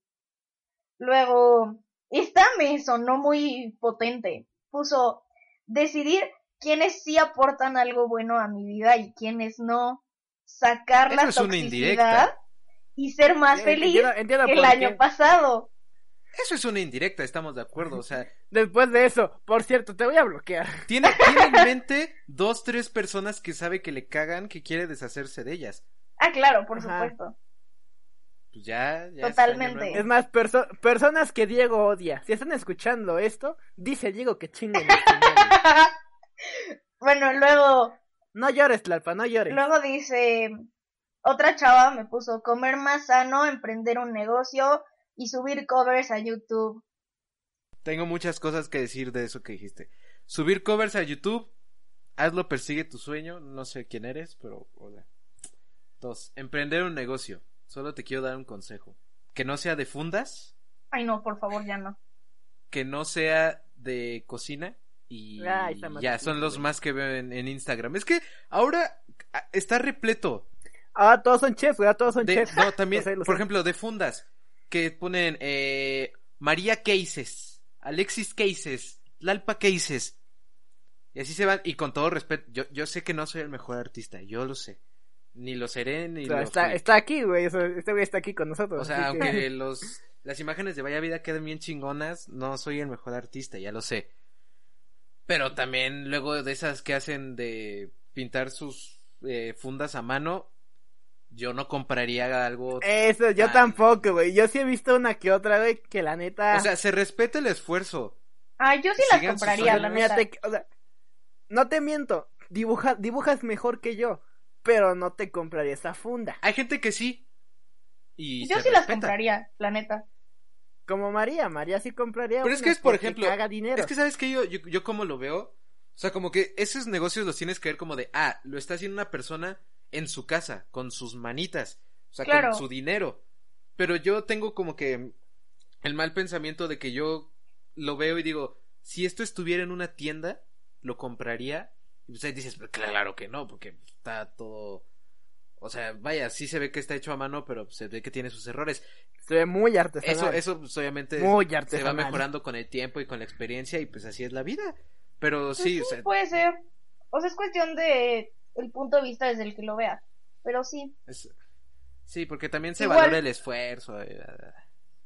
Speaker 3: Luego, Esta me sonó muy potente. Puso decidir quiénes sí aportan algo bueno a mi vida y quiénes no. Sacar la
Speaker 1: Eso es una
Speaker 3: toxicidad
Speaker 1: indirecta.
Speaker 3: y ser más feliz
Speaker 2: Entiendo- entiendo
Speaker 3: que el
Speaker 2: por
Speaker 3: año
Speaker 2: qué.
Speaker 3: pasado.
Speaker 1: Eso es una indirecta, estamos de acuerdo. O sea,
Speaker 2: Después de eso, por cierto, te voy a bloquear.
Speaker 1: tiene, tiene en mente dos, tres personas que sabe que le cagan, que quiere deshacerse de ellas.
Speaker 3: Ah, claro, por
Speaker 2: Ajá.
Speaker 3: supuesto.
Speaker 1: Pues ya, ya. es
Speaker 3: Totalmente.
Speaker 1: año nuevo.
Speaker 2: Es más, perso- personas que Diego odia. Si están escuchando esto, dice Diego que chinguen. a su madre.
Speaker 3: bueno, luego,
Speaker 2: No llores, Tlalpa, no llores.
Speaker 3: luego dice, otra chava me puso comer más sano, emprender un negocio y subir covers a YouTube.
Speaker 1: Tengo muchas cosas que decir de eso que dijiste. Subir covers a YouTube, hazlo, persigue tu sueño. No sé quién eres, pero hola. Dos, emprender un negocio. Solo te quiero dar un consejo. Que no sea de fundas,
Speaker 3: Ay, no, por favor, ya no.
Speaker 1: que no sea de cocina. Y
Speaker 2: Ah, está más
Speaker 1: ya,
Speaker 2: difícil,
Speaker 1: son los
Speaker 2: güey.
Speaker 1: más que veo en, en Instagram. Es que ahora a- está repleto.
Speaker 2: Ah, todos son chefs, güey, todos son
Speaker 1: de-
Speaker 2: chefs.
Speaker 1: no, también,
Speaker 2: Lo sé, lo
Speaker 1: por
Speaker 2: sé.
Speaker 1: ejemplo, de fundas. Que ponen eh, María Cases, Alexis Cases, Lalpa Cases. Y así se van. Y con todo respeto, yo, yo sé que no soy el mejor artista, yo lo sé. Ni lo seré, ni
Speaker 2: O sea,
Speaker 1: lo
Speaker 2: está,
Speaker 1: fui.
Speaker 2: está aquí, güey. o sea, Este güey está aquí con nosotros.
Speaker 1: O sea,
Speaker 2: así que-
Speaker 1: aunque los, las imágenes de Vaya Vida queden bien chingonas, no soy el mejor artista, ya lo sé. Pero también luego de esas que hacen de pintar sus eh, fundas a mano, yo no compraría algo.
Speaker 2: Eso, yo
Speaker 1: Ay.
Speaker 2: tampoco, güey. Yo sí he visto una que otra, güey, que la neta.
Speaker 1: O sea, se respeta el esfuerzo.
Speaker 3: Ay, yo sí las
Speaker 1: Sigan sus
Speaker 3: compraría,
Speaker 1: sueños.
Speaker 3: la
Speaker 2: mira,
Speaker 3: neta.
Speaker 2: te- o sea, no te miento. Dibuja, dibujas mejor que yo, pero no te compraría esa funda.
Speaker 1: Hay gente que sí. Y
Speaker 3: Yo
Speaker 1: se
Speaker 3: sí las
Speaker 1: respeta.
Speaker 3: compraría, la neta.
Speaker 2: Como María, María sí compraría.
Speaker 1: Pero es
Speaker 2: una
Speaker 1: que es, por
Speaker 2: porque
Speaker 1: ejemplo,
Speaker 2: Caga dinero.
Speaker 1: Es que sabes que yo, yo, yo como lo veo, o sea, como que esos negocios los tienes que ver como de, ah, lo está haciendo una persona en su casa, con sus manitas, o sea,
Speaker 3: Claro.
Speaker 1: con su dinero. Pero yo tengo como que el mal pensamiento de que yo lo veo y digo, si esto estuviera en una tienda, lo compraría. Y pues ahí dices, "Pero claro que no, porque está todo... O sea, vaya, sí se ve que está hecho a mano, pero se ve que tiene sus errores.
Speaker 2: Se ve muy
Speaker 1: Eso,
Speaker 2: artesanal.
Speaker 1: eso pues, obviamente
Speaker 2: muy
Speaker 1: se va
Speaker 2: artesanal.
Speaker 1: mejorando con el tiempo y con la experiencia y pues así es la vida. Pero
Speaker 3: Pues
Speaker 1: sí, o sea,
Speaker 3: Puede ser. O sea, es cuestión de el punto de vista desde el que lo veas. Pero sí.
Speaker 1: es- sí, porque también se
Speaker 3: Igual-
Speaker 1: valora el esfuerzo. eh,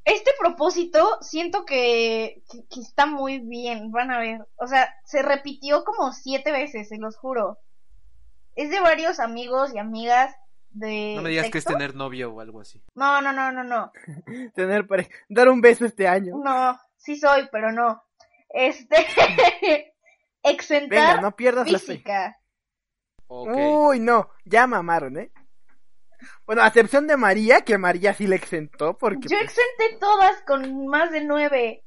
Speaker 3: Este propósito siento que, que, que está muy bien, van a ver. O sea, se repitió como siete veces, se los juro. Es de varios amigos y amigas de...
Speaker 1: No me digas que es
Speaker 3: sexo.
Speaker 1: tener novio o algo así.
Speaker 3: No, no, no, no, no.
Speaker 2: Tener pare- Dar un beso este año.
Speaker 3: No, sí soy, pero no. Este...
Speaker 2: Venga,
Speaker 3: Exentar
Speaker 2: no pierdas la fe.
Speaker 3: física.
Speaker 1: Ok.
Speaker 2: Uy, no, ya mamaron, ¿eh? Bueno, a excepción de María, que María sí le exentó, porque.
Speaker 3: Yo
Speaker 2: pues,
Speaker 3: exenté todas con más de nueve.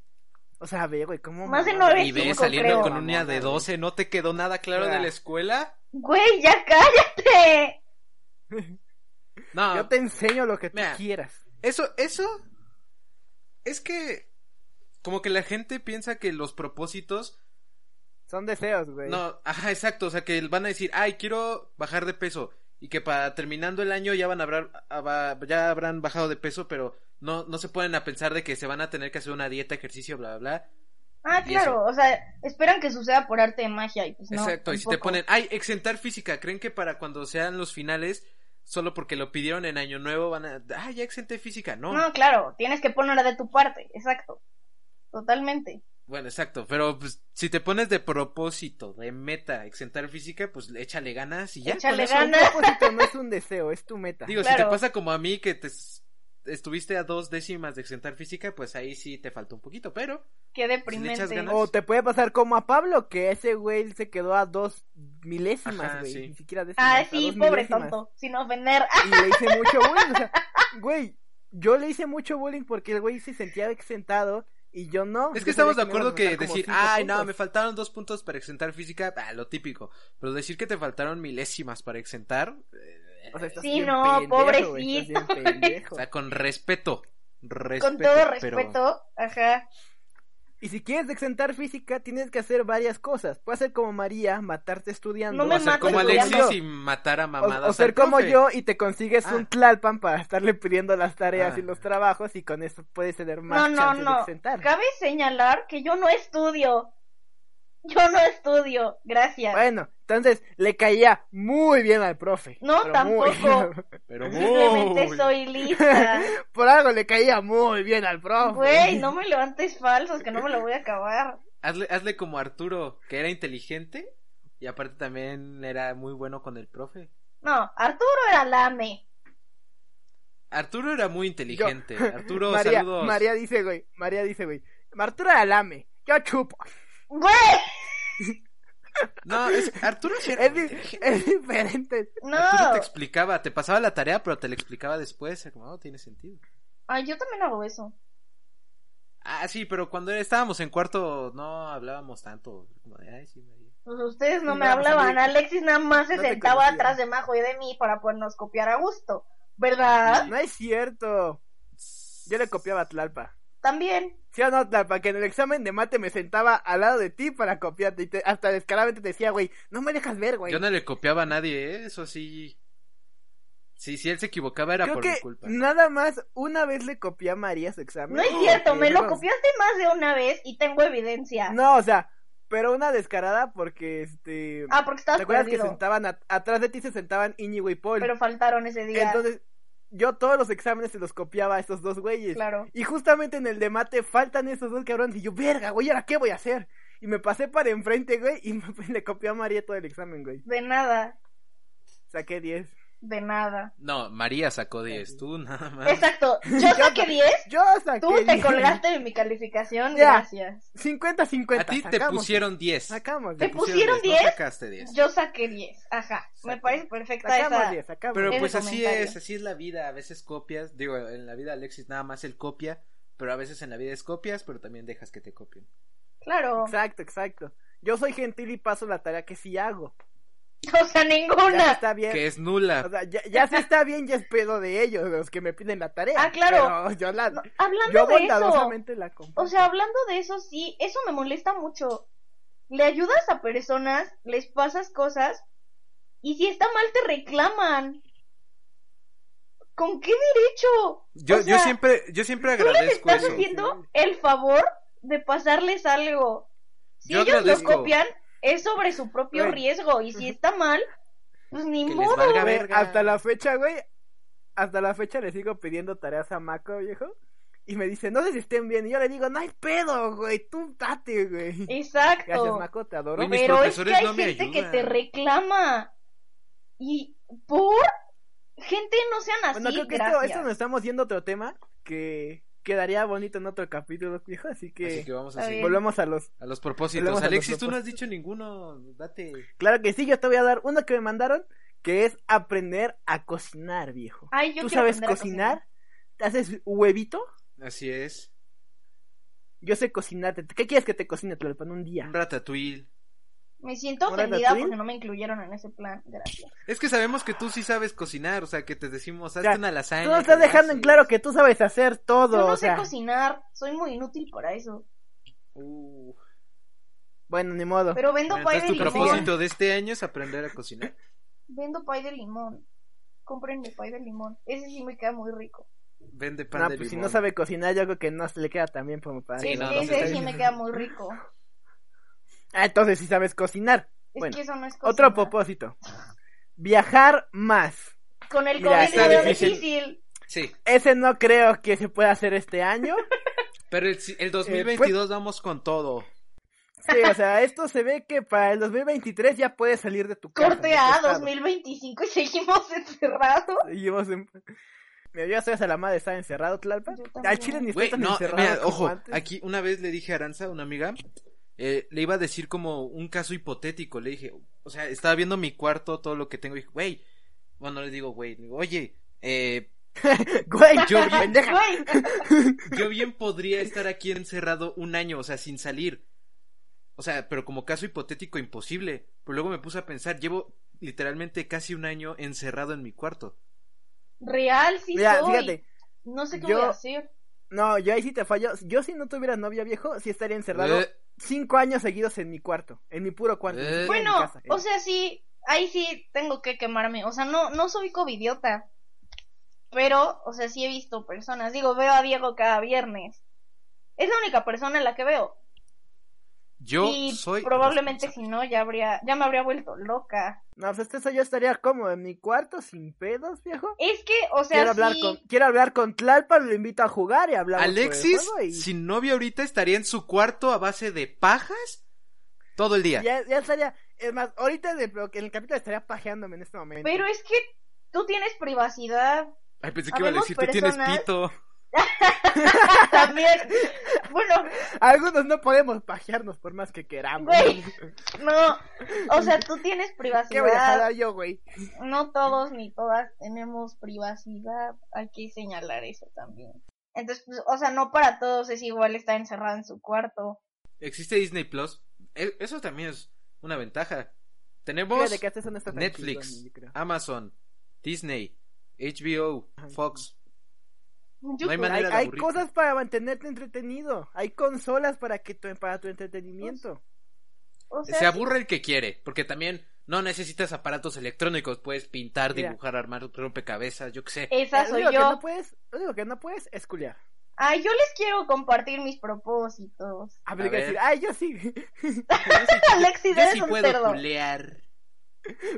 Speaker 2: O sea, ve, güey, ¿cómo?
Speaker 3: Más de
Speaker 2: mamaron?
Speaker 3: nueve
Speaker 1: y ve
Speaker 3: cinco,
Speaker 1: saliendo
Speaker 3: creo.
Speaker 1: con una de 12, ¿no te quedó nada claro
Speaker 2: Ah.
Speaker 1: de la escuela?
Speaker 3: Güey, ya cállate.
Speaker 1: No,
Speaker 2: Yo te enseño lo que tú
Speaker 1: Mira.
Speaker 2: quieras.
Speaker 1: eso, eso es que como que la gente piensa que los propósitos
Speaker 2: Son deseos, güey.
Speaker 1: No, ajá, exacto. O sea, que van a decir, ay, quiero bajar de peso. Y que para terminando el año ya van a hablar, a- va- ya habrán bajado de peso, pero no, no se ponen a pensar de que se van a tener que hacer una dieta, ejercicio, bla, bla,
Speaker 3: Ah,
Speaker 1: Y eso.
Speaker 3: claro, o sea, esperan que suceda por arte de magia y pues
Speaker 1: bla.
Speaker 3: no.
Speaker 1: exacto. Y si te
Speaker 3: tampoco.
Speaker 1: ponen, ay, exentar física, creen que para cuando sean los finales, solo porque lo pidieron en año nuevo, van a, ay, ya exenté física. No,
Speaker 3: No, claro, tienes que ponerla de tu parte, exacto. Totalmente.
Speaker 1: bueno, exacto. Pero pues, si te pones de propósito, de meta, exentar física, pues échale ganas y ya.
Speaker 3: Échale
Speaker 1: con eso.
Speaker 2: Un
Speaker 3: ganas.
Speaker 2: propósito no es un deseo, es tu meta.
Speaker 1: Digo, si
Speaker 3: Claro.
Speaker 1: te pasa como a mí que te s- estuviste a dos décimas de exentar física, pues ahí sí te faltó un poquito, pero
Speaker 3: Qué deprimente.
Speaker 1: echas ganas.
Speaker 2: o te puede pasar como a Pablo, que ese güey se quedó a dos milésimas,
Speaker 1: Ajá,
Speaker 2: güey.
Speaker 1: sí.
Speaker 2: Ni siquiera décimas.
Speaker 3: ah,
Speaker 2: a
Speaker 3: sí,
Speaker 2: dos
Speaker 3: pobre
Speaker 2: milésimas.
Speaker 3: tonto, sin ofender. Ah,
Speaker 2: Y le hice mucho bullying. o sea, güey, yo le hice mucho bullying porque el güey se sentía exentado y yo no.
Speaker 1: es
Speaker 2: Yo
Speaker 1: que estamos de
Speaker 2: sabía me iban a
Speaker 1: acuerdo que
Speaker 2: faltar como
Speaker 1: decir,
Speaker 2: cinco
Speaker 1: ay, no,
Speaker 2: puntos".
Speaker 1: me faltaron dos puntos para exentar física, ah, lo típico, pero decir que te faltaron milésimas para exentar, eh,
Speaker 2: O sea, estás
Speaker 3: Sí,
Speaker 2: bien
Speaker 3: no,
Speaker 2: pendejo, güey, estás
Speaker 3: pobrecito,
Speaker 2: bien
Speaker 3: güey.
Speaker 2: pendejo.
Speaker 1: o sea, con respeto, respeto
Speaker 3: con todo
Speaker 1: pero-
Speaker 3: respeto, ajá.
Speaker 2: Y si quieres exentar física, tienes que hacer varias cosas. Puedes ser como María, matarte estudiando.
Speaker 3: No me
Speaker 1: O ser
Speaker 3: mates,
Speaker 1: como
Speaker 2: güey,
Speaker 1: Alexis
Speaker 2: no.
Speaker 1: y matar a
Speaker 2: O-
Speaker 1: mamadas.
Speaker 2: o ser
Speaker 1: al
Speaker 2: como
Speaker 1: profe.
Speaker 2: yo y te consigues
Speaker 1: Ah.
Speaker 2: un Tlalpan para estarle pidiendo las tareas y
Speaker 1: Ah.
Speaker 2: los trabajos y con eso puedes tener
Speaker 3: No,
Speaker 2: más
Speaker 3: no,
Speaker 2: chances de
Speaker 3: no.
Speaker 2: exentar.
Speaker 3: Cabe señalar que yo no estudio. Yo no estudio. Gracias.
Speaker 2: Bueno, entonces le caía muy bien al profe.
Speaker 3: No,
Speaker 2: pero muy-
Speaker 3: tampoco.
Speaker 1: Pero
Speaker 3: Simplemente
Speaker 1: uy,
Speaker 3: soy lista.
Speaker 2: Por algo le caía muy bien al profe.
Speaker 3: Güey, no me levantes falsos, que no me lo voy a acabar.
Speaker 1: hazle, hazle como Arturo, que era inteligente y aparte también era muy bueno con el profe.
Speaker 3: No, Arturo era lame.
Speaker 1: Arturo era muy inteligente. Arturo,
Speaker 2: María,
Speaker 1: saludos.
Speaker 2: María dice, güey, María dice, güey, Arturo Alame, yo chupo.
Speaker 3: Güey,
Speaker 1: No, es, Arturo sí era
Speaker 2: Es,
Speaker 1: muy
Speaker 2: di-
Speaker 1: inteligente.
Speaker 2: es diferente.
Speaker 3: no.
Speaker 1: Arturo te explicaba, te pasaba la tarea, pero te la explicaba después. era como, No, tiene sentido.
Speaker 3: Ay, yo también hago eso.
Speaker 1: Ah, sí, pero cuando estábamos en cuarto no hablábamos tanto. Como de, ay, sí, María.
Speaker 3: Pues ustedes no me
Speaker 2: No,
Speaker 3: hablaban.
Speaker 2: no.
Speaker 3: Alexis nada más se
Speaker 2: No te
Speaker 3: sentaba
Speaker 2: conocía.
Speaker 3: atrás de Majo y de mí para podernos copiar a gusto. ¿Verdad?
Speaker 2: No es cierto. Yo le copiaba a Tlalpa.
Speaker 3: También.
Speaker 2: ¿Sí o no, Tlalpa? Que en el examen de mate me sentaba al lado de ti para copiarte. Y te- hasta descaradamente te decía, güey, no me dejas ver, güey.
Speaker 1: Yo no le copiaba a nadie, ¿eh? eso sí. Sí, si él se equivocaba era
Speaker 2: Creo
Speaker 1: por
Speaker 2: que
Speaker 1: mi culpa.
Speaker 2: nada más una vez le copié a María su examen.
Speaker 3: No es cierto,
Speaker 2: Y
Speaker 3: me lo
Speaker 2: luego-
Speaker 3: copiaste más de una vez y tengo evidencia.
Speaker 2: No, o sea, pero una descarada porque, este...
Speaker 3: Ah, porque
Speaker 2: ¿Te
Speaker 3: estabas
Speaker 2: acuerdas que
Speaker 3: perdido.
Speaker 2: sentaban at- atrás de ti se sentaban Íñigo y Paul?
Speaker 3: Pero faltaron ese día.
Speaker 2: Entonces, yo todos los exámenes se los copiaba a estos dos güeyes.
Speaker 3: claro.
Speaker 2: Y justamente en el de mate faltan esos dos cabrones. Y yo, verga, güey, ¿ahora qué voy a hacer? Y me pasé para enfrente, güey, y me- le copié a María todo el examen, güey.
Speaker 3: De nada,
Speaker 2: Saqué 10.
Speaker 3: de nada.
Speaker 1: No, María sacó 10, tú nada más.
Speaker 3: Exacto, yo saqué 10,
Speaker 2: Ah. Yo saqué
Speaker 3: tú te
Speaker 2: 10.
Speaker 3: colgaste de mi calificación,
Speaker 2: Ya.
Speaker 3: gracias.
Speaker 2: 50-50.
Speaker 1: A ti te
Speaker 2: sacamos,
Speaker 1: pusieron 10.
Speaker 2: Sacamos,
Speaker 1: Te
Speaker 3: ¿Te pusieron
Speaker 1: no
Speaker 3: 10?
Speaker 1: sacaste 10.
Speaker 3: Yo saqué 10, ajá. Me parece perfecta
Speaker 2: sacamos
Speaker 3: esa.
Speaker 2: 10, sacamos.
Speaker 1: Pero
Speaker 3: Ese
Speaker 1: pues así
Speaker 3: comentario.
Speaker 1: es, así es la vida. A veces copias, digo, en la vida Alexis nada más él copia, pero a veces en la vida es copias, pero también dejas que te copien.
Speaker 3: Claro,
Speaker 2: Exacto, exacto. Yo soy gentil y paso la tarea que sí hago.
Speaker 3: o sea,
Speaker 2: Ya
Speaker 3: ninguna.
Speaker 2: está bien.
Speaker 1: Que es
Speaker 2: O
Speaker 1: nula.
Speaker 2: sea, ya, ya si está bien, ya es pedo de ellos, los que me piden la tarea.
Speaker 3: Ah, claro.
Speaker 2: Pero yo la,
Speaker 3: No, hablando
Speaker 2: yo
Speaker 3: de eso,
Speaker 2: bondadosamente la comparto.
Speaker 3: o sea, hablando de eso, sí, eso me molesta mucho. Le ayudas a personas, les pasas cosas, y si está mal te reclaman. ¿Con qué derecho?
Speaker 1: Yo,
Speaker 3: O sea,
Speaker 1: yo siempre, yo siempre
Speaker 3: Tú les
Speaker 1: agradezco
Speaker 3: estás
Speaker 1: eso.
Speaker 3: haciendo el favor de pasarles algo. Si
Speaker 1: Yo
Speaker 3: ellos
Speaker 1: agradezco.
Speaker 3: lo copian, es sobre su propio
Speaker 2: Güey.
Speaker 3: riesgo. Y si está mal, pues ni
Speaker 1: Que les
Speaker 3: modo.
Speaker 1: valga
Speaker 2: Güey,
Speaker 1: verga.
Speaker 2: hasta la fecha, güey. Hasta la fecha le sigo pidiendo tareas a Mako, viejo. Y me dice, no sé si estén bien. Y yo le digo, no hay pedo, güey. Tú date, güey. Gracias,
Speaker 3: Exacto.
Speaker 2: Mako, te adoro.
Speaker 1: Uy, mis
Speaker 3: Pero es que
Speaker 1: profesores
Speaker 3: hay
Speaker 1: no me
Speaker 3: gente que
Speaker 1: ayudan.
Speaker 3: te reclama. Y por gente no sean así.
Speaker 2: Bueno, creo que esto,
Speaker 3: gracias.
Speaker 2: esto nos estamos yendo a otro tema que quedaría bonito en otro capítulo, viejo. Así que,
Speaker 1: Así que vamos a
Speaker 3: Está
Speaker 1: seguir.
Speaker 3: bien.
Speaker 2: volvemos a los.
Speaker 1: A los propósitos.
Speaker 2: Volvemos a los
Speaker 1: Alexis, tú no
Speaker 2: propósitos.
Speaker 1: has dicho ninguno. Date.
Speaker 2: Claro que sí, yo te voy a dar uno que me mandaron, que es aprender a cocinar, viejo.
Speaker 3: Ay, yo
Speaker 2: ¿Tú
Speaker 3: quiero
Speaker 2: sabes
Speaker 3: aprender a
Speaker 2: cocinar? ¿Te haces huevito?
Speaker 1: Así es.
Speaker 2: Yo sé cocinarte. ¿Qué quieres que te cocine, Tlalpan, un día?
Speaker 1: Un ratatouille.
Speaker 3: Me siento
Speaker 2: ¿Ahora
Speaker 3: ofendida
Speaker 2: Ratatouille?
Speaker 3: porque no me incluyeron en ese plan. Gracias.
Speaker 1: Es que sabemos que tú sí sabes cocinar, o sea, que te decimos, hazte
Speaker 2: O sea,
Speaker 1: una lasaña.
Speaker 2: Tú nos
Speaker 1: que
Speaker 2: estás
Speaker 1: lo
Speaker 2: dejando en
Speaker 1: haces.
Speaker 2: claro que tú sabes hacer todo,
Speaker 3: Yo no
Speaker 2: o
Speaker 3: sé
Speaker 2: sea.
Speaker 3: cocinar. Soy muy inútil para eso.
Speaker 1: Uh,
Speaker 2: Bueno, ni modo.
Speaker 3: Pero vendo pay
Speaker 1: entonces
Speaker 3: de
Speaker 1: tu
Speaker 3: limón.
Speaker 1: propósito de este año es aprender a cocinar.
Speaker 3: Vendo pay de limón. Cómprenme pay de limón. Ese sí me queda muy rico.
Speaker 1: Vende pan
Speaker 2: No,
Speaker 1: de
Speaker 2: pues si
Speaker 1: limón.
Speaker 2: no sabe cocinar, yo creo que no se le queda tan bien como para
Speaker 1: Sí,
Speaker 2: que
Speaker 1: no,
Speaker 2: lo-
Speaker 1: no
Speaker 3: Ese
Speaker 1: sé.
Speaker 3: sí me queda muy rico.
Speaker 2: Ah, entonces sí sabes cocinar.
Speaker 3: Es
Speaker 2: Bueno,
Speaker 3: que eso no es cocinar.
Speaker 2: Otro propósito. Viajar más.
Speaker 3: Con el
Speaker 2: Mira,
Speaker 3: COVID
Speaker 1: está
Speaker 3: era
Speaker 1: difícil.
Speaker 3: difícil.
Speaker 1: Sí,
Speaker 2: Ese no creo que se pueda hacer este año.
Speaker 1: pero el, el 2022 vamos con todo.
Speaker 2: Eh, pues, Sí, o sea, esto se ve que para el 2023 ya puedes salir de tu casa. de
Speaker 3: Corte
Speaker 2: tu
Speaker 3: a
Speaker 2: estado.
Speaker 3: 2025 y seguimos encerrados.
Speaker 2: Seguimos en... Mira, yo ya estoy hasta la madre, está encerrado, Tlalpa.
Speaker 3: Yo también.
Speaker 2: Al chile ni
Speaker 1: Güey,
Speaker 2: estoy tan
Speaker 1: no, eh,
Speaker 2: encerrado
Speaker 1: mira,
Speaker 2: como
Speaker 1: ojo,
Speaker 2: antes.
Speaker 1: aquí una vez le dije a Aranza, una amiga, eh, le iba a decir como un caso hipotético, le dije, o sea, estaba viendo mi cuarto, todo lo que tengo, y dije, güey, bueno, le digo, güey, le digo, oye, eh,
Speaker 2: Güey,
Speaker 1: yo vi-
Speaker 2: pendeja.
Speaker 3: Güey,
Speaker 1: Yo bien podría estar aquí encerrado un año, o sea, sin salir. O sea, pero como caso hipotético imposible. Pero luego me puse a pensar, llevo literalmente casi un año encerrado en mi cuarto.
Speaker 3: real sí
Speaker 2: Mira,
Speaker 3: soy.
Speaker 2: fíjate,
Speaker 3: no sé qué
Speaker 2: yo-
Speaker 3: voy a hacer.
Speaker 2: No, yo ahí sí te fallo. Yo si no tuviera novia viejo, sí estaría encerrado
Speaker 1: Eh,
Speaker 2: cinco años seguidos en mi cuarto, en mi puro cuarto.
Speaker 1: Eh.
Speaker 2: ni siquiera en mi
Speaker 3: Bueno,
Speaker 2: casa, eh.
Speaker 3: o sea, sí, ahí sí tengo que quemarme. O sea, no, no soy covidiota. Pero, o sea, sí he visto personas. Digo, veo a Diego cada viernes. Es la única persona en la que veo.
Speaker 1: yo
Speaker 3: y
Speaker 1: soy.
Speaker 3: probablemente si no, ya habría, ya me habría vuelto loca.
Speaker 2: No, pues este soy yo estaría cómodo en mi cuarto sin pedos, viejo.
Speaker 3: Es que, o sea,
Speaker 2: Quiero hablar
Speaker 3: sí-
Speaker 2: con quiero hablar con Tlalpan, lo invito a jugar y hablamos por el
Speaker 1: Alexis,
Speaker 2: juego y-
Speaker 1: sin novia ahorita, estaría en su cuarto a base de pajas todo el día.
Speaker 2: ya, ya estaría es más, ahorita en el, pro- en el capítulo estaría pajeándome en este momento.
Speaker 3: Pero es que tú tienes privacidad.
Speaker 1: Ay, pensé que iba a
Speaker 3: Habemos
Speaker 1: decir, tú tienes
Speaker 3: personas-
Speaker 1: pito.
Speaker 3: También. Bueno,
Speaker 2: Algunos no podemos pajearnos por más que queramos.
Speaker 3: Güey, no. O sea, tú tienes
Speaker 2: ¿Qué voy a
Speaker 3: privacidad.
Speaker 2: jalar yo, güey?
Speaker 3: No todos ni todas tenemos privacidad. Hay que señalar eso también. Entonces, pues, o sea, no para todos es igual estar encerrada en su cuarto.
Speaker 1: Existe Disney Plus. E- Eso también es una ventaja. Tenemos
Speaker 2: Fíjate que hasta eso no está tan
Speaker 1: Netflix,
Speaker 2: chingón, yo creo.
Speaker 1: Amazon, Disney, HBO, Fox.
Speaker 3: YouTube.
Speaker 1: hay manera-
Speaker 2: Hay,
Speaker 1: de
Speaker 2: hay
Speaker 1: aburrirte.
Speaker 2: cosas para mantenerte entretenido. Hay consolas para que tu, para tu entretenimiento.
Speaker 3: O sea,
Speaker 1: Se aburre el que quiere, porque también no necesitas aparatos electrónicos. Puedes pintar,
Speaker 2: Mira.
Speaker 1: dibujar, armar rompecabezas, yo qué sé.
Speaker 3: Esa
Speaker 2: lo
Speaker 3: soy
Speaker 2: único que
Speaker 3: yo.
Speaker 2: no puedes, lo único que no puedes es culiar.
Speaker 3: Ay, yo les quiero compartir mis propósitos.
Speaker 2: Habría
Speaker 1: A
Speaker 2: que
Speaker 1: ver.
Speaker 2: decir, ay, yo sí.
Speaker 3: Alexis,
Speaker 1: Yo
Speaker 3: eres
Speaker 1: sí
Speaker 3: un
Speaker 1: puedo
Speaker 3: cerdo.
Speaker 1: culear.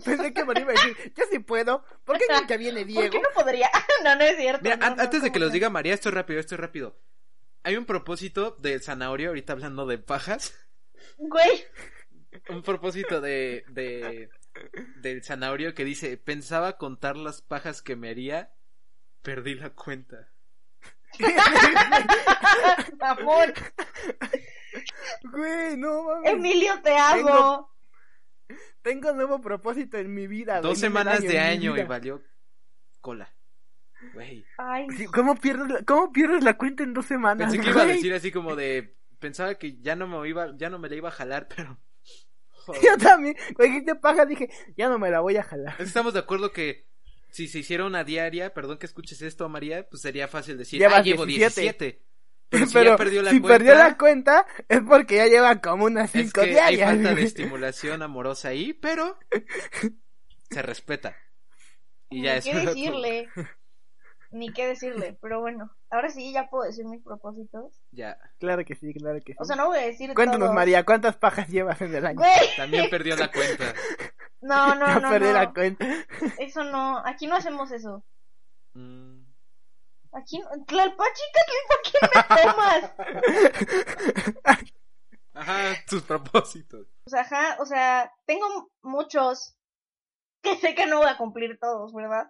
Speaker 2: Pensé que me iba a decir, yo sí puedo. ¿Por qué nunca viene
Speaker 3: ¿Por qué
Speaker 2: Diego?
Speaker 3: no podría? no, no es cierto.
Speaker 1: Mira,
Speaker 3: no,
Speaker 1: an-
Speaker 3: no,
Speaker 1: antes de
Speaker 3: ¿cómo
Speaker 1: que los
Speaker 3: no?
Speaker 1: diga María, esto es rápido, esto es rápido. Hay un propósito de zanahoria, ahorita hablando de pajas.
Speaker 3: Güey,
Speaker 1: Un propósito de, de del zanahorio que dice, pensaba contar las pajas que me haría, perdí la cuenta.
Speaker 3: amor.
Speaker 2: Güey, no mames.
Speaker 3: Emilio, te amo.
Speaker 2: Tengo un nuevo propósito en mi vida. Ah, güey,
Speaker 1: Dos
Speaker 2: no en el
Speaker 1: semanas de
Speaker 2: en mi
Speaker 1: año
Speaker 2: vida.
Speaker 1: y valió cola. Güey.
Speaker 3: Ay,
Speaker 2: Sí, ¿Cómo pierdes, la, ¿Cómo pierdes la cuenta en dos semanas?
Speaker 1: Pensé que iba a
Speaker 2: güey?
Speaker 1: decir así como de, pensaba que ya no me iba, ya no me la iba a jalar, pero... Joder.
Speaker 2: Yo también, güey, ¿qué te paja? Dije, ya no me la voy a jalar.
Speaker 1: Es que Estamos de acuerdo que si se hiciera una diaria, perdón que escuches esto, María, pues sería fácil decir,
Speaker 2: Llevas
Speaker 1: ah, llevo
Speaker 2: 17.
Speaker 1: 17. Pero si ya perdió la
Speaker 2: si
Speaker 1: cuenta,
Speaker 2: perdió la cuenta, es porque ya lleva como unas
Speaker 1: es
Speaker 2: cinco
Speaker 1: que hay
Speaker 2: diarias.
Speaker 1: falta de
Speaker 2: güey.
Speaker 1: estimulación amorosa ahí, pero se respeta. Y ya
Speaker 3: ni
Speaker 1: es
Speaker 3: qué
Speaker 1: todo.
Speaker 3: decirle. Ni qué decirle, pero bueno. Ahora sí ya puedo decir mis propósitos.
Speaker 1: Ya,
Speaker 2: Claro que sí, claro que sí.
Speaker 3: O sea, no voy a decir
Speaker 2: Cuéntanos,
Speaker 3: todos.
Speaker 2: María, ¿cuántas pajas llevas en el año?
Speaker 3: Güey,
Speaker 1: también perdió la cuenta.
Speaker 2: Ya
Speaker 3: no, no, no,
Speaker 2: perdí
Speaker 3: no.
Speaker 2: la cuenta.
Speaker 3: Eso no, aquí no hacemos eso.
Speaker 1: Mm.
Speaker 3: Aquí no... Tlalpachita, Tlalpa, ¿qué me tomas?
Speaker 1: Ajá, tus propósitos.
Speaker 3: O sea, Pues, ajá, o sea, tengo muchos que sé que no voy a cumplir todos, ¿verdad?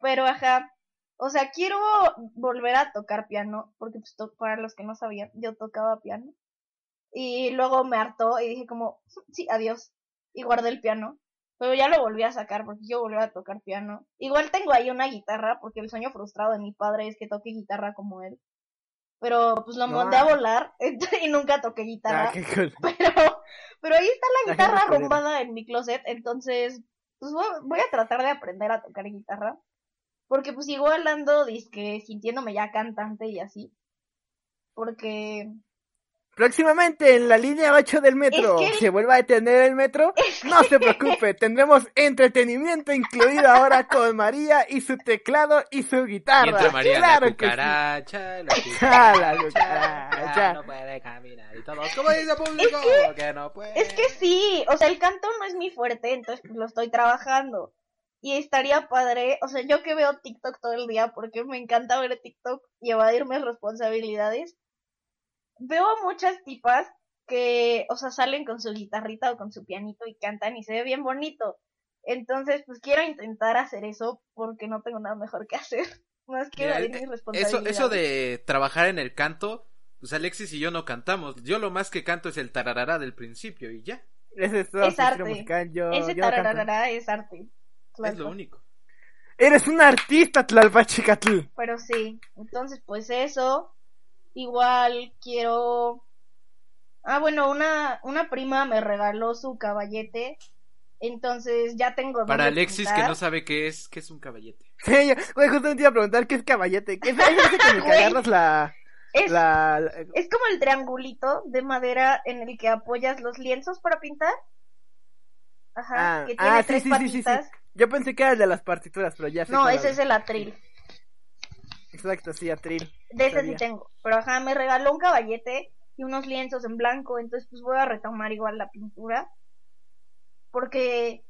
Speaker 3: Pero ajá, o sea, quiero volver a tocar piano, porque pues to- para los que no sabían, yo tocaba piano. Y luego me hartó y dije como, sí, adiós. Y guardé el piano. Pero ya lo volví a sacar porque yo volví a tocar piano. Igual tengo ahí una guitarra, porque el sueño frustrado de mi padre es que toque guitarra como él. Pero pues lo
Speaker 2: No,
Speaker 3: mandé a
Speaker 2: ah.
Speaker 3: volar y nunca toqué guitarra
Speaker 2: Ah, qué cool.
Speaker 3: pero, pero ahí está la
Speaker 2: La
Speaker 3: guitarra
Speaker 2: gente culera.
Speaker 3: arrumbada en mi closet, entonces pues voy, voy a tratar de aprender a tocar guitarra, porque pues igual ando disque sintiéndome ya cantante y así, porque
Speaker 2: Próximamente en la línea 8 del metro
Speaker 3: Es que-
Speaker 2: se vuelva a detener el metro. No se preocupe, tendremos entretenimiento incluido ahora con María y su teclado y su guitarra.
Speaker 1: Mientras María
Speaker 2: claro
Speaker 1: la
Speaker 2: que sí. Ah,
Speaker 1: cucaracha, la
Speaker 2: Ya, la
Speaker 1: cucaracha,
Speaker 2: cucaracha.
Speaker 1: no puede caminar y todo. ¿Cómo dice el público?
Speaker 3: Es
Speaker 1: que no puede.
Speaker 3: es que sí, o sea, el canto no es mi fuerte, entonces pues, lo estoy trabajando. Y estaría padre, o sea, yo que veo TikTok todo el día, porque me encanta ver TikTok y evadir mis responsabilidades, veo a muchas tipas que, o sea, salen con su guitarrita o con su pianito y cantan y se ve bien bonito. Entonces, pues quiero intentar hacer eso porque no tengo nada mejor que hacer. Más que
Speaker 1: Mira,
Speaker 3: evadir
Speaker 1: eh,
Speaker 3: mis
Speaker 1: Eso,
Speaker 3: responsabilidades.
Speaker 1: eso de trabajar en el canto, pues Alexis y yo no cantamos. Yo lo más que canto es el tararara del principio y ya.
Speaker 2: Ese es todo
Speaker 3: Es
Speaker 2: su estilo
Speaker 3: arte.
Speaker 2: musical, yo-
Speaker 3: Ese
Speaker 2: yo no canto.
Speaker 3: tarararara es arte.
Speaker 1: Es lo
Speaker 3: Claro.
Speaker 1: único.
Speaker 2: Eres un artista, Tlalpachicatl.
Speaker 3: Pero sí, entonces pues eso. Igual quiero... Ah, bueno, una, una prima me regaló su caballete. Entonces ya tengo... dónde
Speaker 1: Para Alexis que
Speaker 3: pintar.
Speaker 1: no sabe qué es, qué es un caballete.
Speaker 2: Sí, yo- güey, justamente iba a preguntar qué es caballete. ¿Qué es, es ese con el que
Speaker 3: Güey.
Speaker 2: agarras la,
Speaker 3: Es,
Speaker 2: La, la-
Speaker 3: es como el triangulito de madera en el que apoyas los lienzos para pintar. Ajá,
Speaker 2: Ah,
Speaker 3: que tiene
Speaker 2: ah, sí,
Speaker 3: tres
Speaker 2: sí, sí, sí, sí.
Speaker 3: patitas.
Speaker 2: Yo pensé que era el de las partituras, pero ya sé
Speaker 3: No,
Speaker 2: cuál
Speaker 3: ese es
Speaker 2: hablas.
Speaker 3: el atril.
Speaker 2: Exacto, sí, atril.
Speaker 3: De ese sí
Speaker 2: Sabía.
Speaker 3: tengo. Pero ajá, me regaló un caballete y unos lienzos en blanco. Entonces, pues voy a retomar igual la pintura. Porque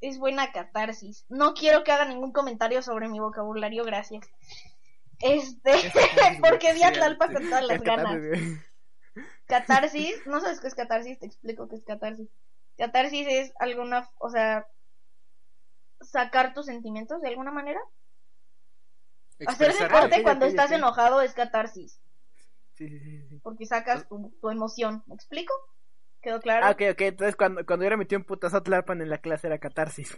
Speaker 3: es buena catarsis. No quiero que haga ningún comentario sobre mi vocabulario, gracias. Este, porque vi a Tlalpa con todas las
Speaker 2: Es que
Speaker 3: ganas.
Speaker 2: también-
Speaker 3: Catarsis, no sabes qué es catarsis, te explico qué es catarsis. Catarsis es alguna, o sea, sacar tus sentimientos de alguna manera. Hacer
Speaker 1: Expresar
Speaker 2: Ah,
Speaker 3: deporte
Speaker 2: ok,
Speaker 3: cuando
Speaker 2: ok,
Speaker 3: estás
Speaker 2: ok.
Speaker 3: enojado es catarsis.
Speaker 2: Sí, sí, sí, sí.
Speaker 3: porque sacas tu, tu emoción. ¿Me explico? ¿Quedó claro?
Speaker 2: Ah, ok, ok. Entonces, cuando, cuando yo le metí un putazo a Tlalpan en la clase era catarsis.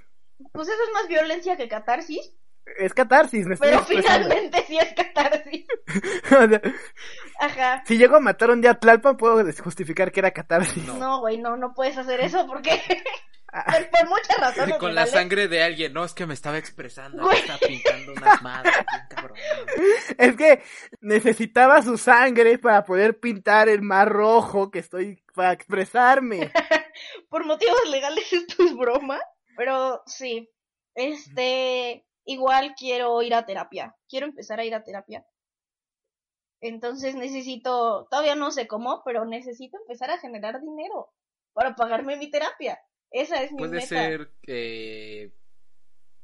Speaker 3: Pues eso es más violencia que catarsis,
Speaker 2: Es catarsis, me estoy
Speaker 3: pero
Speaker 2: expresando.
Speaker 3: finalmente sí es catarsis.
Speaker 2: O sea,
Speaker 3: Ajá.
Speaker 2: si llego a matar un día a Tlalpan, puedo justificar que era catarsis.
Speaker 1: No.
Speaker 3: No, güey, no, no puedes hacer eso porque
Speaker 2: Ah,
Speaker 3: por, por muchas razones.
Speaker 1: con
Speaker 3: me
Speaker 1: la
Speaker 3: vale.
Speaker 1: sangre de alguien. No, es que me estaba expresando.
Speaker 3: Güey.
Speaker 1: Estaba pintando unas madres. bien cabrón.
Speaker 2: es que necesitaba su sangre para poder pintar el mar rojo que estoy para expresarme.
Speaker 3: Por motivos legales esto es broma, pero sí. Este, igual quiero ir a terapia. Quiero empezar a ir a terapia. Entonces necesito, todavía no sé cómo, pero necesito empezar a generar dinero para pagarme mi terapia. Esa es mi
Speaker 1: Puede
Speaker 3: meta.
Speaker 1: ser. Eh,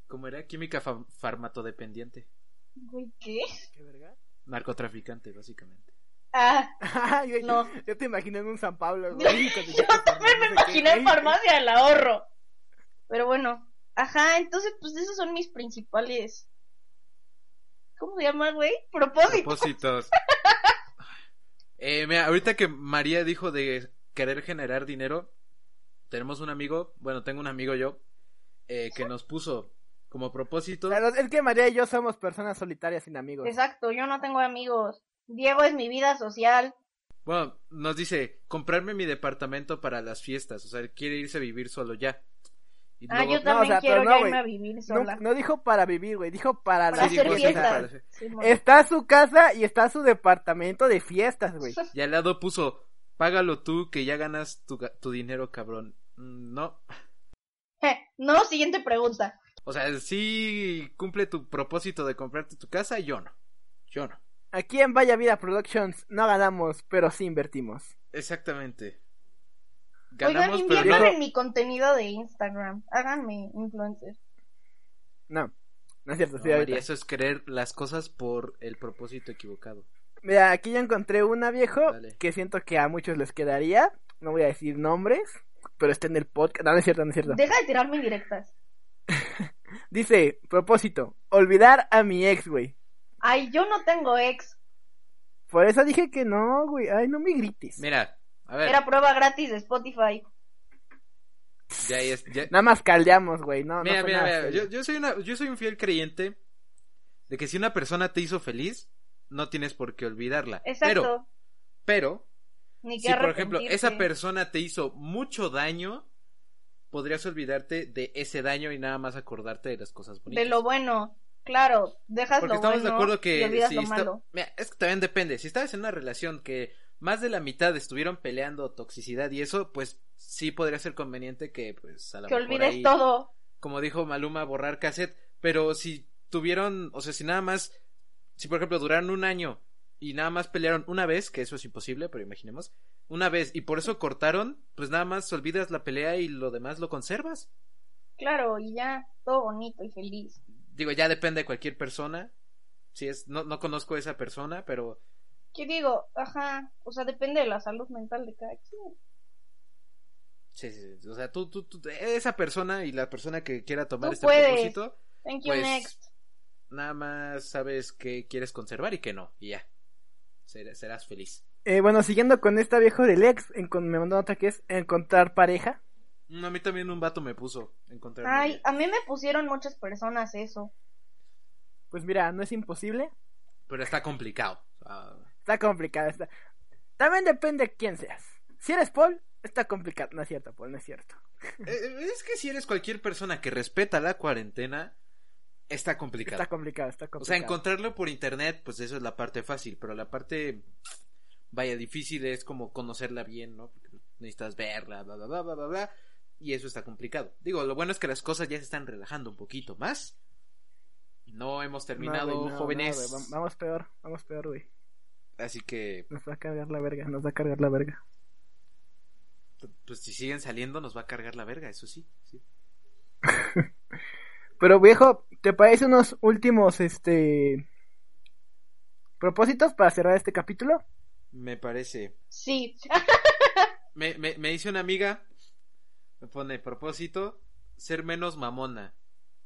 Speaker 1: ¿Cómo era? Química fa- farmatodependiente.
Speaker 3: Güey, ¿Qué?
Speaker 2: ¿Qué verga?
Speaker 1: Narcotraficante, básicamente.
Speaker 3: Ah,
Speaker 2: yo,
Speaker 3: No.
Speaker 2: yo te imagino en un San Pablo.
Speaker 3: Yo- yo también me imaginé en farmacia del ahorro. Pero bueno, ajá, entonces pues esos son mis principales. ¿Cómo se llama, güey? Propósito.
Speaker 1: Propósitos. Eh, mira, ahorita que María dijo de querer generar dinero, tenemos un amigo, bueno, tengo un amigo yo, eh, que nos puso como propósito.
Speaker 2: Claro, es que María y yo somos personas solitarias sin amigos.
Speaker 3: Exacto, yo no tengo amigos. Diego es mi vida social.
Speaker 1: Bueno, nos dice comprarme mi departamento para las fiestas, o sea, él quiere irse a vivir solo ya. Y
Speaker 3: Ah,
Speaker 1: luego-
Speaker 3: yo también
Speaker 2: o sea,
Speaker 3: quiero
Speaker 2: pero no,
Speaker 3: ya
Speaker 2: güey.
Speaker 3: irme a vivir
Speaker 2: No,
Speaker 3: sola.
Speaker 2: no dijo para vivir, güey, dijo para,
Speaker 3: Para
Speaker 2: las
Speaker 1: digo,
Speaker 3: hacer
Speaker 1: sí,
Speaker 3: fiestas.
Speaker 1: para-
Speaker 3: Sí, mo-
Speaker 2: Está su casa y está su departamento de fiestas, güey.
Speaker 1: Y al lado puso, págalo tú que ya ganas tu, ga- tu dinero, cabrón. Mm, No,
Speaker 3: no, siguiente pregunta.
Speaker 1: o sea, sí cumple tu propósito de comprarte tu casa, yo no. Yo no.
Speaker 2: Aquí en Vaya Vida Productions no ganamos, pero sí invertimos.
Speaker 1: Exactamente. Ganamos,
Speaker 3: Oigan,
Speaker 1: pero
Speaker 3: inviertan
Speaker 1: no.
Speaker 3: en mi contenido de Instagram. Háganme influencer.
Speaker 2: No, no es cierto,
Speaker 1: No,
Speaker 2: sí, ahorita.
Speaker 1: María, eso es querer las cosas por el propósito equivocado.
Speaker 2: Mira, aquí ya encontré una viejo
Speaker 1: Dale.
Speaker 2: que siento que a muchos les quedaría. No voy a decir nombres, pero está en el podcast. No, no es cierto, no es cierto.
Speaker 3: Deja de tirarme indirectas.
Speaker 2: Dice, propósito, olvidar a mi ex, güey.
Speaker 3: Ay, yo no tengo ex.
Speaker 2: Por eso dije que no, güey. Ay, no me grites.
Speaker 1: Mira, a ver,
Speaker 3: Era prueba gratis de Spotify.
Speaker 1: ya ahí es. ya-
Speaker 2: Nada más caldeamos, güey. No, no
Speaker 1: mira,
Speaker 2: fue
Speaker 1: mira,
Speaker 2: nada
Speaker 1: mira,
Speaker 2: serio.
Speaker 1: Yo, yo soy una, yo soy un fiel creyente de que si una persona te hizo feliz, no tienes por qué olvidarla.
Speaker 3: Exacto.
Speaker 1: Pero, pero,
Speaker 3: Ni que
Speaker 1: si por ejemplo esa
Speaker 3: arrepentirse.
Speaker 1: persona te hizo mucho daño, podrías olvidarte de ese daño y nada más acordarte de las cosas bonitas.
Speaker 3: De lo bueno. Claro, dejas
Speaker 1: Porque
Speaker 3: lo
Speaker 1: estamos de
Speaker 3: bueno
Speaker 1: acuerdo
Speaker 3: y
Speaker 1: que
Speaker 3: olvidas
Speaker 1: si
Speaker 3: lo
Speaker 1: esta-
Speaker 3: malo.
Speaker 1: Mira, es que también depende. Si estabas en una relación que más de la mitad estuvieron peleando toxicidad y eso, pues sí podría ser conveniente que pues a lo
Speaker 3: Que
Speaker 1: mejor
Speaker 3: olvides
Speaker 1: ahí,
Speaker 3: todo.
Speaker 1: como dijo Maluma, borrar cassette, pero si tuvieron, o sea, si nada más si por ejemplo duraron un año y nada más pelearon una vez, que eso es imposible, pero imaginemos, una vez y por eso cortaron, pues nada más olvidas la pelea y lo demás lo conservas.
Speaker 3: Claro, y ya. Todo bonito y feliz.
Speaker 1: Digo, ya depende de cualquier persona. Si es no no conozco a esa persona, pero
Speaker 3: ¿Qué digo? Ajá. O sea, depende de la salud mental de cada quien.
Speaker 1: Sí, sí, sí. O sea, tú, tú, tú- esa persona y la persona que quiera tomar
Speaker 3: Tú
Speaker 1: este
Speaker 3: puedes.
Speaker 1: propósito,
Speaker 3: Thank you,
Speaker 1: pues
Speaker 3: next.
Speaker 1: nada más sabes qué quieres conservar y qué no, y ya. Ser- serás feliz.
Speaker 2: Eh, bueno, siguiendo con esta viejo del ex, encon- me mandó otra que es encontrar pareja.
Speaker 1: Mm, A mí también un vato me puso encontrar
Speaker 3: Ay, ah.
Speaker 1: novia.
Speaker 3: a mí me pusieron muchas personas eso.
Speaker 2: Pues mira, no es imposible.
Speaker 1: pero está complicado. Ah,
Speaker 2: Está complicado. Está... También depende de quién seas. Si eres Paul, está complicado. No es cierto, Paul, no es cierto.
Speaker 1: eh, es que si eres cualquier persona que respeta la cuarentena, está complicado.
Speaker 2: Está complicado, está complicado.
Speaker 1: O sea, encontrarlo por internet, pues eso es la parte fácil, pero la parte, vaya, difícil es como conocerla bien, ¿no? Porque necesitas verla, bla, bla, bla, bla, bla, bla, y eso está complicado. Digo, lo bueno es que las cosas ya se están relajando un poquito más. No hemos terminado,
Speaker 2: No, güey, no, no,
Speaker 1: jóvenes,
Speaker 2: güey, vam- vamos peor, vamos peor, güey.
Speaker 1: así que,
Speaker 2: Nos va a cargar la verga, nos va a cargar la verga.
Speaker 1: pues si siguen saliendo nos va a cargar la verga, eso sí. sí.
Speaker 2: Pero viejo, ¿te parece unos últimos este propósitos para cerrar este capítulo?
Speaker 1: Me parece.
Speaker 3: Sí.
Speaker 1: Me, me, me dice una amiga, me pone propósito, ser menos mamona.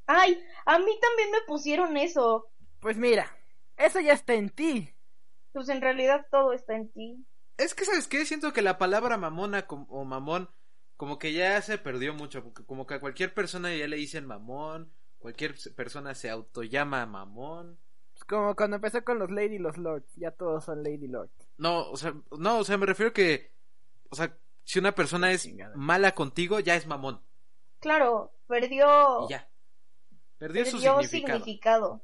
Speaker 3: Ay, a mí también me pusieron eso.
Speaker 2: Pues mira, eso ya está en ti.
Speaker 3: Pues en realidad todo está en ti.
Speaker 1: Es que, ¿sabes qué? Siento que la palabra mamona com- o mamón como que ya se perdió mucho, porque como que a cualquier persona ya le dicen mamón, cualquier se- persona se autollama mamón.
Speaker 2: Es Pues como cuando empezó con los Lady y los Lords, ya todos son Lady Lords.
Speaker 1: No, o sea, no, o sea, me refiero que, o sea, si una persona es
Speaker 2: Chingada.
Speaker 1: mala contigo, ya es mamón.
Speaker 3: Claro, perdió,
Speaker 1: Y ya. Perdió,
Speaker 3: perdió
Speaker 1: su
Speaker 3: significado.
Speaker 1: significado.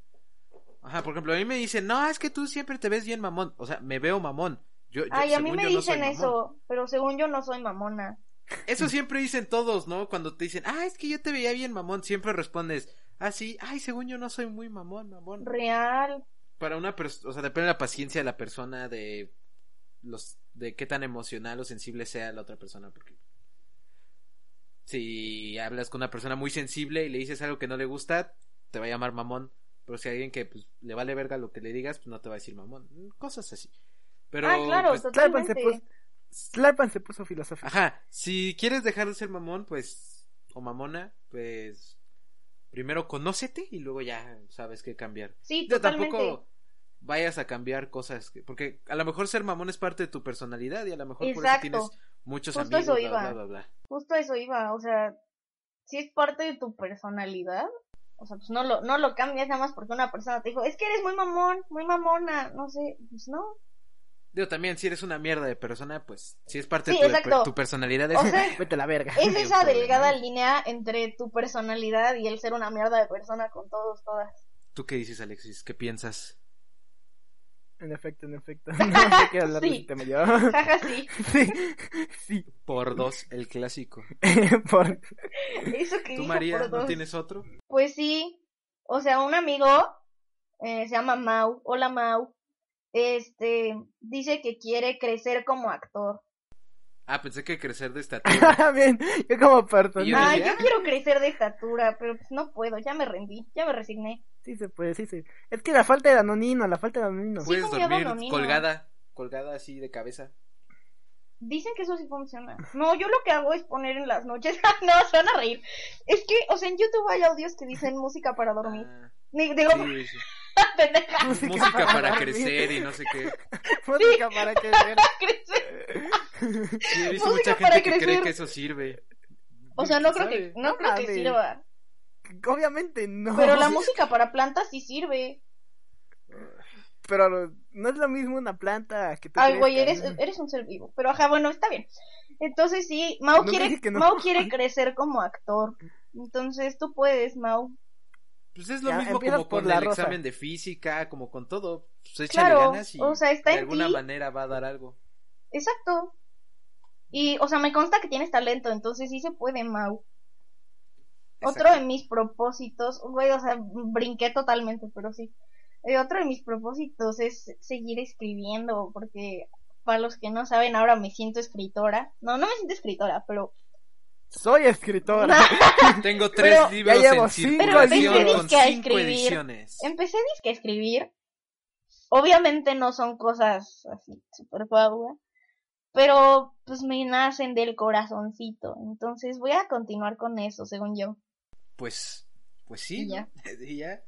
Speaker 1: Ajá, por ejemplo, a mí me dicen, no, es que tú siempre te ves bien mamón. O sea, me veo mamón. Yo, yo-
Speaker 3: Ay, a mí
Speaker 1: según
Speaker 3: me
Speaker 1: yo no soy
Speaker 3: dicen
Speaker 1: mamón.
Speaker 3: eso, pero según yo no soy mamona. Mm.
Speaker 1: Eso siempre dicen todos, ¿no? Cuando te dicen, ah, es que yo te veía bien mamón, siempre respondes, ah, sí, ay, según yo no soy muy mamón, mamón.
Speaker 3: Real. Ah,
Speaker 1: Para una persona, o sea, depende de la paciencia de la persona, de los, de qué tan emocional o sensible sea la otra persona, porque si hablas con una persona muy sensible y le dices algo que no le gusta, te va a llamar mamón. Pero si hay alguien que pues, le vale verga lo que le digas, pues no te va a decir mamón. Cosas así. Pero,
Speaker 3: ah, claro,
Speaker 1: pues,
Speaker 2: Tlalpan se
Speaker 3: totalmente.
Speaker 2: puso, Tlalpan se puso filosófico.
Speaker 1: Ajá, si quieres dejar de ser mamón, pues, o mamona, pues, primero conócete y luego ya sabes qué cambiar.
Speaker 3: Sí,
Speaker 1: Yo
Speaker 3: totalmente.
Speaker 1: tampoco vayas a cambiar cosas, que- porque a lo mejor ser mamón es parte de tu personalidad y a lo mejor
Speaker 3: Exacto.
Speaker 1: por eso tienes muchos
Speaker 3: Justo
Speaker 1: amigos, bla,
Speaker 3: eso iba.
Speaker 1: bla, bla, bla.
Speaker 3: Justo eso iba, o sea, si es parte de tu personalidad, o sea, pues no lo, no lo cambias nada más porque una persona te dijo, es que eres muy mamón, muy mamona, no sé, pues no.
Speaker 1: Digo, también si eres una mierda de persona, pues, si es parte
Speaker 3: Sí,
Speaker 1: de tu, de-
Speaker 3: exacto.
Speaker 1: tu personalidad, es-
Speaker 3: O sea,
Speaker 2: Vete a la verga.
Speaker 3: es
Speaker 1: Qué
Speaker 3: esa
Speaker 1: problema.
Speaker 3: delgada línea entre tu personalidad y el ser una mierda de persona con todos, todas.
Speaker 1: ¿tú qué dices, Alexis? ¿Qué piensas?
Speaker 2: En efecto, en efecto. No, no quiero hablar de
Speaker 3: Sí.
Speaker 2: ese tema yo.
Speaker 3: Jaja, sí.
Speaker 2: sí, sí. Eh,
Speaker 1: Por dos, el clásico.
Speaker 2: Por-
Speaker 3: Eso que
Speaker 1: ¿Tú,
Speaker 3: dijo
Speaker 1: María,
Speaker 3: por
Speaker 1: no
Speaker 3: dos.
Speaker 1: tienes otro?
Speaker 3: Pues sí, o sea, un amigo eh, se llama Mau, hola Mau, este, dice que quiere crecer como actor.
Speaker 1: Ah, pensé que crecer de estatura.
Speaker 2: ah, Bien, yo como
Speaker 1: Y yo
Speaker 2: persona.
Speaker 3: Ay,
Speaker 1: decía-
Speaker 3: yo quiero crecer de estatura, pero pues no puedo, ya me rendí, ya me resigné.
Speaker 2: Sí se puede, sí se. Es que la falta de danonino, la falta de danonino.
Speaker 3: Sí.
Speaker 1: Puedes
Speaker 3: como yo
Speaker 1: dormir
Speaker 3: domino.
Speaker 1: colgada, colgada así de cabeza.
Speaker 3: Dicen que eso sí funciona. No, yo lo que hago es poner en las noches. no, se van a reír. Es que, o sea, en YouTube hay audios que dicen música para dormir.
Speaker 1: Ah,
Speaker 3: Ni- Digo,
Speaker 1: sí, sí.
Speaker 3: pendeja,
Speaker 1: Música, para, crecer y no sé qué.
Speaker 2: Música para crecer.
Speaker 3: crecer.
Speaker 1: Sí, he visto
Speaker 3: Música
Speaker 1: mucha
Speaker 3: para
Speaker 1: gente que cree
Speaker 3: crecer.
Speaker 1: que eso sirve.
Speaker 3: O sea, no
Speaker 1: ¿Quién
Speaker 3: creo que,
Speaker 1: sabe?
Speaker 3: no creo que
Speaker 2: Mames.
Speaker 3: sirva.
Speaker 2: Obviamente no.
Speaker 3: Pero la música para plantas sí sirve.
Speaker 2: Pero lo- no es lo mismo una planta que tú.
Speaker 3: Ay, güey, eres,
Speaker 2: crezcas.
Speaker 3: eres un ser vivo. Pero ajá, bueno, está bien. Entonces sí, Mau,
Speaker 2: No
Speaker 3: quiere,
Speaker 2: dije que no.
Speaker 3: Mau quiere crecer como actor. Entonces tú puedes, Mau.
Speaker 1: Pues es lo
Speaker 2: Ya,
Speaker 1: mismo
Speaker 2: empiezas
Speaker 1: como
Speaker 2: por
Speaker 1: con
Speaker 2: la
Speaker 1: el
Speaker 2: rosa.
Speaker 1: examen de física, como con todo. Pues échale
Speaker 3: Claro,
Speaker 1: ganas y
Speaker 3: o sea, está
Speaker 1: de
Speaker 3: en
Speaker 1: alguna
Speaker 3: ti.
Speaker 1: manera va a dar algo.
Speaker 3: Exacto. Y, o sea, me consta que tienes talento, entonces sí se puede, Mau. Otro de
Speaker 1: Exacto.
Speaker 3: mis propósitos, güey, o sea, brinqué totalmente, pero sí. Eh, otro de mis propósitos es seguir escribiendo, porque para los que no saben, ahora me siento escritora. No, no me siento escritora, pero...
Speaker 2: Soy escritora.
Speaker 1: Tengo tres
Speaker 3: Pero-
Speaker 1: libros
Speaker 2: Ya llevo
Speaker 1: en
Speaker 2: cinco
Speaker 1: circulación
Speaker 2: Pero
Speaker 1: con
Speaker 3: empecé a
Speaker 1: cinco
Speaker 3: escribir. Em
Speaker 1: ediciones.
Speaker 3: Empecé disque a escribir. Obviamente no son cosas así super guau, pero pues me nacen del corazoncito. Entonces voy a continuar con eso, según yo.
Speaker 1: Pues, pues sí.
Speaker 3: Y ya.
Speaker 1: ¿no? Y ya.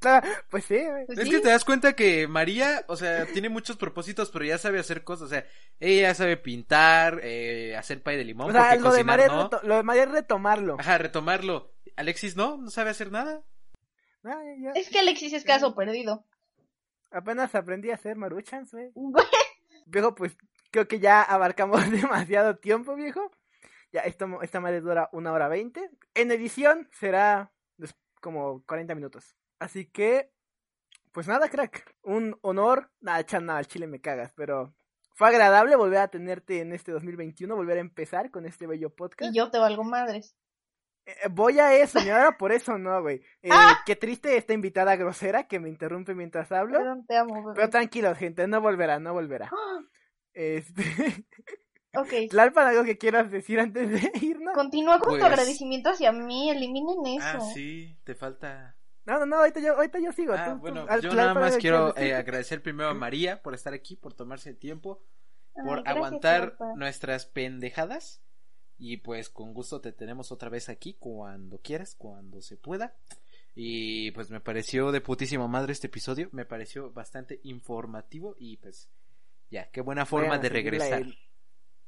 Speaker 2: Claro, pues sí, güey.
Speaker 3: Pues
Speaker 1: Es
Speaker 3: sí,
Speaker 1: que te das cuenta que María, o sea, tiene muchos propósitos, pero ya sabe hacer cosas. O sea, ella sabe pintar, eh, hacer pay de limón,
Speaker 2: O sea,
Speaker 1: porque
Speaker 2: lo de,
Speaker 1: cocinar
Speaker 2: María es
Speaker 1: no. Ah.
Speaker 2: reto- lo de María es retomarlo.
Speaker 1: Ajá, retomarlo. Alexis no, no sabe hacer nada.
Speaker 2: Ah, ya, ya.
Speaker 3: es que Alexis es caso perdido.
Speaker 2: Apenas aprendí a hacer maruchans, güey.
Speaker 3: Güey,
Speaker 2: Viejo, pues creo que ya abarcamos demasiado tiempo, viejo. Ya, esto, esta madre dura una hora veinte. En edición será des- como 40 minutos. Así que, pues nada, crack. Un honor. Nada, chan, nada, al chile me cagas, pero fue agradable volver a tenerte en este 2021, volver a empezar con este bello podcast.
Speaker 3: Y yo te valgo madres.
Speaker 2: Eh, Voy a eso, ni ahora por eso no, güey. Eh,
Speaker 3: ¡Ah!
Speaker 2: Qué triste esta invitada grosera que me interrumpe mientras hablo.
Speaker 3: Perdón, te amo, bebé.
Speaker 2: Pero tranquilos, gente, no volverá, no volverá.
Speaker 3: ¡Ah!
Speaker 2: Este,
Speaker 3: Ok,
Speaker 2: Tlalpan, algo que quieras decir antes de irnos.
Speaker 3: continúa con
Speaker 1: Pues-
Speaker 3: tu agradecimiento hacia mí, eliminen eso.
Speaker 1: Ah, sí, te falta.
Speaker 2: No, no, no, ahorita yo, ahorita yo sigo.
Speaker 1: Ah,
Speaker 2: tú- tú-
Speaker 1: bueno,
Speaker 2: al-
Speaker 1: yo
Speaker 2: Tlalpan,
Speaker 1: nada
Speaker 2: algo
Speaker 1: más
Speaker 2: que
Speaker 1: quiero
Speaker 2: quieras decir.
Speaker 1: eh, agradecer primero a María por estar aquí, por tomarse el tiempo,
Speaker 3: Ay,
Speaker 1: por
Speaker 3: Ah, gracias,
Speaker 1: aguantar
Speaker 3: papá.
Speaker 1: nuestras pendejadas. Y pues con gusto te tenemos otra vez aquí cuando quieras, cuando se pueda. Y pues me pareció de putísima madre este episodio, me pareció bastante informativo y pues ya, qué buena
Speaker 2: Vayan
Speaker 1: forma
Speaker 2: a
Speaker 1: de
Speaker 2: seguirla
Speaker 1: regresar.
Speaker 2: En,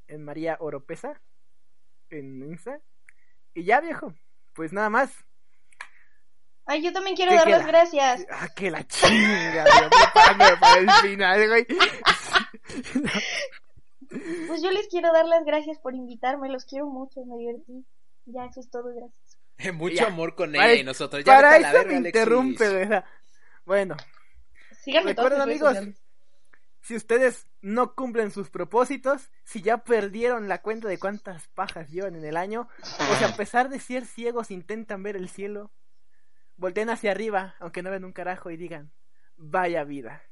Speaker 2: en María Oropesa. En Insta. Y ya, viejo. Pues nada más.
Speaker 3: Ay, yo también quiero
Speaker 2: ¿Qué
Speaker 3: dar las
Speaker 2: queda?
Speaker 3: gracias.
Speaker 2: Ah, que la chinga, güey, preparándome para el final, güey.
Speaker 3: Pues yo les quiero dar las gracias por invitarme, los quiero mucho, me divertí. Ya, eso es todo, gracias.
Speaker 1: Mucho
Speaker 2: Ya.
Speaker 1: amor con
Speaker 2: Para-
Speaker 1: ella y nosotros. Ya
Speaker 2: Para
Speaker 1: vete a la
Speaker 2: eso me
Speaker 1: verga, Alexis.
Speaker 2: interrumpe, güey. o sea, Bueno,
Speaker 3: Síganme todos
Speaker 2: Recuerden,
Speaker 3: mis redes
Speaker 2: amigos,
Speaker 3: sociales.
Speaker 2: si ustedes no cumplen sus propósitos, si ya perdieron la cuenta de cuántas pajas llevan en el año, o si a pesar de ser ciegos intentan ver el cielo, volteen hacia arriba, aunque no ven un carajo, y digan, vaya vida.